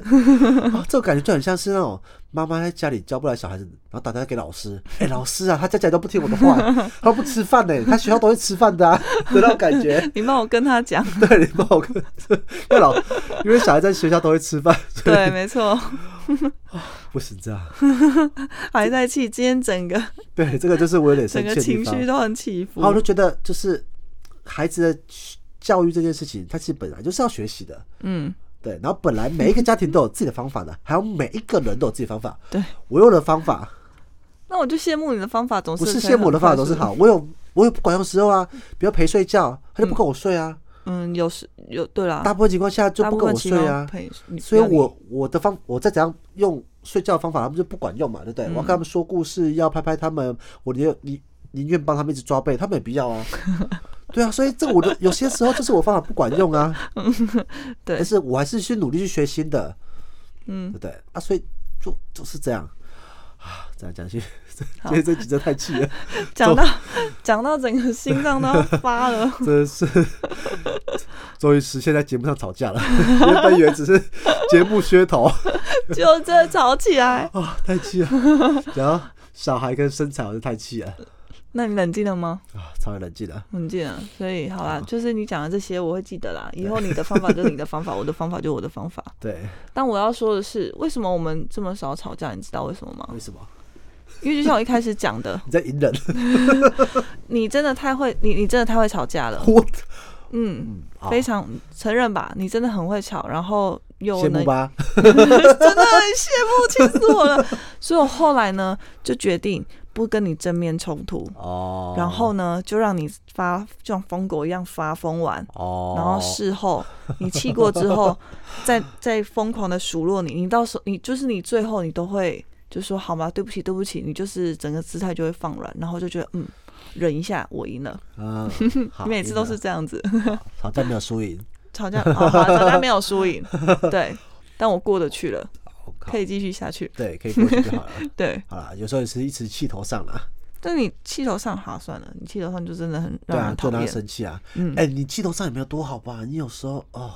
S1: 哦，这种感觉就很像是那种妈妈在家里教不来小孩子，然后打电话给老师， 哎、老师啊，他家起来都不听我的话，他都不吃饭 呢，他学校都会吃饭的啊，的那种感觉。
S2: 你帮我跟他讲，
S1: 对，你 帮我看，因为老，因为小孩在学校都会吃饭，所以
S2: 对，没错，
S1: 不行这样。
S2: 还在气，今天整个
S1: 对，这个就是我有点
S2: 整
S1: 生
S2: 个
S1: 气的地
S2: 情
S1: 方。
S2: 绪
S1: 然
S2: 都很起伏
S1: 后。我就觉得，就是孩子的教育这件事情，他其实本来就是要学习的。
S2: 嗯，
S1: 对，然后本来每一个家庭都有自己的方法的，还有每一个人都有自己的方法。
S2: 对，
S1: 我用的方法
S2: 那我就羡慕你的方法总是
S1: 不是
S2: 可以
S1: 羡慕我的
S2: 很
S1: 方法
S2: 快
S1: 总是
S2: 速
S1: 好，我有我有不管用时候啊，比如陪睡觉，他就不跟我睡啊，
S2: 嗯，有时有对啦，
S1: 大部分情况下就
S2: 嗯大
S1: 不
S2: 部
S1: 跟
S2: 分
S1: 我
S2: 情
S1: 睡
S2: 况
S1: 啊，
S2: 陪你不
S1: 所以
S2: 要理
S1: 我我的方我再怎样用睡觉的方法，他们就不管用嘛，对不
S2: 嗯
S1: 对？我要跟他们说故事，要拍拍他们，我宁宁宁愿帮他们一直抓背，他们也不要啊。 对啊，所以这个我的有些时候就是我方法不管用啊，
S2: 对
S1: 但是我还是去努力去学新的，对
S2: 嗯
S1: 不对？啊，所以就就是这样啊，这样讲去，这
S2: 好
S1: 这这几真太气了，
S2: 讲到讲到整个心脏都要发了，
S1: 真是终于实现在节目上吵架了， 原本以为只是节目噱头。
S2: 就这吵起来。
S1: 啊，太气了！然后小孩跟身材，我就太气了
S2: 那你冷静了吗？
S1: 啊，超级冷静的。
S2: 冷静了，所以好啦，就是你讲的这些我会记得啦。以后你的方法就是你的方法，我的方法就是我的方法。
S1: 对，
S2: 但我要说的是，为什么我们这么少吵架？你知道为什么吗？
S1: 为什么
S2: 因为就像我一开始讲的，
S1: 你在隐忍？
S2: 你真的太会，你你真的太会吵架了。
S1: 我
S2: 嗯，
S1: 嗯，好，
S2: 非常承认吧，你真的很会吵，然后又
S1: 羡
S2: 能
S1: 慕吧？
S2: 真的很羡慕，气死 我了。所以我后来呢，就决定不跟你正面冲突，
S1: 哦，
S2: 然后呢，就让你发就像疯狗一样发疯完，
S1: 哦，
S2: 然后事后你气过之后， 再再疯狂的数落你，你到时候你就是你最后你都会就说好吗？对不起，对不起，你就是整个姿态就会放软，然后就觉得嗯，忍一下，我赢了。
S1: 嗯，好
S2: 你每次都是
S1: 赢
S2: 这样子
S1: 了好吵架没有输 赢，
S2: 吵架，哦好吵 架没有输赢，对，但我过得去了，
S1: 好
S2: 可以继续下去，
S1: 对，可以过去就好了。
S2: 对。
S1: 好了，有时候也是一时气头上了，
S2: 但你气头上好算了，你气头上就真的很
S1: 对
S2: 让
S1: 啊，
S2: 人
S1: 就
S2: 讨
S1: 让他
S2: 厌。
S1: 生气啊。
S2: 嗯，
S1: 哎，你气头上也没有多好吧？你有时候哦，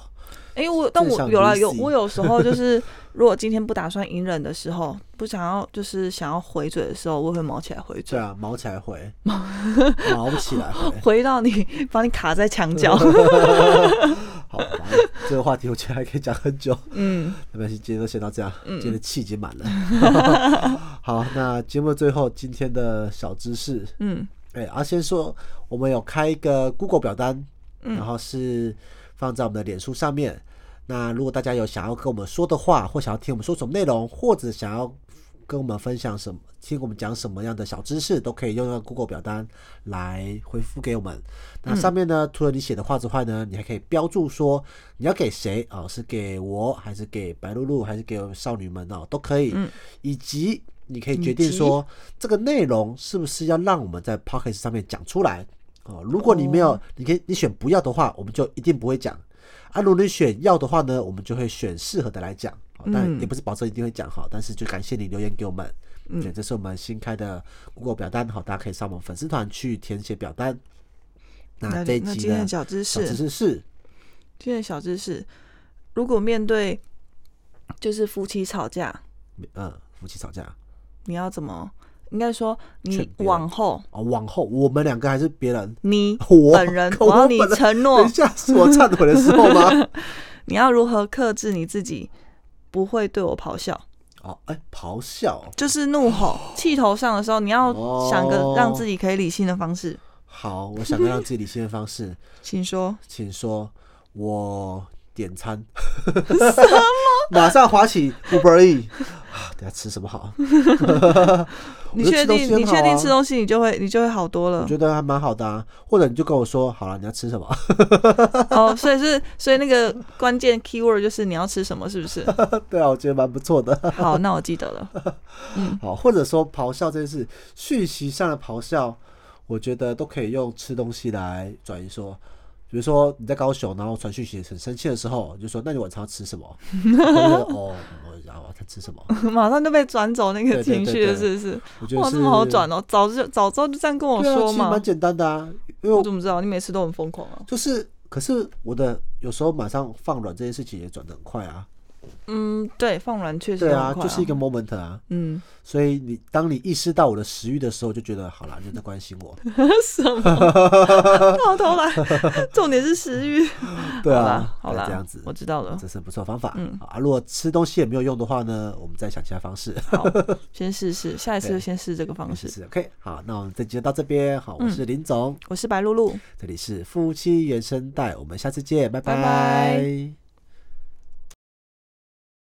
S2: 因为我但
S1: 真的想
S2: 我有了
S1: 如
S2: 有
S1: 死
S2: 我有时候就是，如果今天不打算隐忍的时候，不想要就是想要回嘴的时候，我会毛起来回
S1: 对
S2: 嘴，
S1: 啊，毛起来回，毛不起来回，
S2: 回到你把你卡在 墙角。
S1: 好吧，这个话题我觉得还可以讲很久。
S2: 嗯，
S1: 那没关系，今天就先到这样，今天的气已经满了。 好，那节目最后今天的小知识，
S2: 嗯，
S1: 哎、啊，先说我们有开一个 Google 表单，然后是放在我们的脸书上面。那如果大家有想要跟我们说的话，或想要听我们说什么内容，或者想要跟我们分享什么，听我们讲什么样的小知识，都可以用那个 Google 表单来回复给我们。那上面呢，除了你写的话之外呢，你还可以标注说你要给谁啊、哦是给我，还是给白露露，还是给少女们哦，都可以。以及你可以决定说这个内容是不是要让我们在 p o c k e t 上面讲出来哦。如果你没有，你可以你选不要的话，我们就一定不会讲。啊，如果你选要的话呢，我们就会选适合的来讲。哦但也不是保证一定会讲好，但是就感谢你留言给我们。对，这是我们新开的 Google 表单，好，大家可以上我们粉丝团去填写表单。那
S2: 那
S1: 这一
S2: 那
S1: 集
S2: 今天
S1: 呢
S2: 的，小知识
S1: 小，知识是
S2: 今天的小知识，如果面对就是夫妻吵架，
S1: 嗯，夫妻吵架
S2: 你要怎么？应该说
S1: 劝
S2: 你
S1: 别人
S2: 往后
S1: 哦，往后我们两个还是别人，
S2: 你
S1: 我
S2: 本人，
S1: 靠
S2: 我要
S1: 我
S2: 你
S1: 本人
S2: 承诺
S1: 等一，下是我忏悔的时候 吗？
S2: 你要如何克制你自己不会对我咆哮，
S1: 哦，哎，咆哮，
S2: 就是怒吼、气头上的时候，你要想个
S1: 哦
S2: 让自己可以理性的方式。
S1: 好，我想要让自己理性的方式，
S2: 请说，
S1: 请说，我点餐， 马上滑起 Uber E，啊等一下吃什么好？
S2: 你
S1: 我觉得吃
S2: 确
S1: 东西
S2: 定？
S1: 很
S2: 你
S1: 好啊
S2: 确定吃东西，你就会你就会好多
S1: 我
S2: 了。
S1: 觉得还蛮好的啊，或者你就跟我说，好了，你要吃什么？
S2: 哦，所以是所以那个关键 keyword 就是你要吃什么，是不是？
S1: 对啊，我觉得蛮不错的。
S2: 好，那我记得了。 嗯
S1: 好，或者说咆哮这件事，讯息上的咆哮，我觉得都可以用吃东西来转移说。比如说你在高雄，然后传讯息很生气的时候，你就说：“那你晚上要吃什么？” 然后就哦，我然后他吃什么？
S2: 马上就被转走那个
S1: 对对
S2: 情绪
S1: 对
S2: 了，
S1: 对
S2: 是不是？
S1: 我觉得
S2: 哇，
S1: 是
S2: 这么好转哦！早就早知道就这样跟我
S1: 对啊，
S2: 说
S1: 其实
S2: 嘛嗯
S1: 蛮。简单的啊，因为
S2: 我
S1: 我
S2: 怎么知道？你每次都很疯狂啊。
S1: 就是，可是我的有时候马上放软这件事情也转得很快啊，
S2: 嗯，对，放软确实
S1: 对
S2: 很
S1: 啊，
S2: 快
S1: 就是一个 moment 啊，
S2: 嗯，
S1: 所以你当你意识到我的食欲的时候，就觉得好啦，你在关心 我，
S2: 什么？到头来， 重点是食欲。
S1: 对
S2: 好
S1: 啊
S2: 啦，，好
S1: 对
S2: 啦，哦
S1: 这样子
S2: 我，知道了
S1: 这。是不错的方法。
S2: 嗯
S1: 好啊，如果吃东西也没有用的话呢，我们再想其他方式。
S2: 好，先试试，下一次就先试这个方式。嗯
S1: 是 OK，好，那我们这集就到这边。好，我是林总，
S2: 我是白露露。
S1: 这里是夫妻原声带，我们下次见，
S2: 拜拜
S1: 拜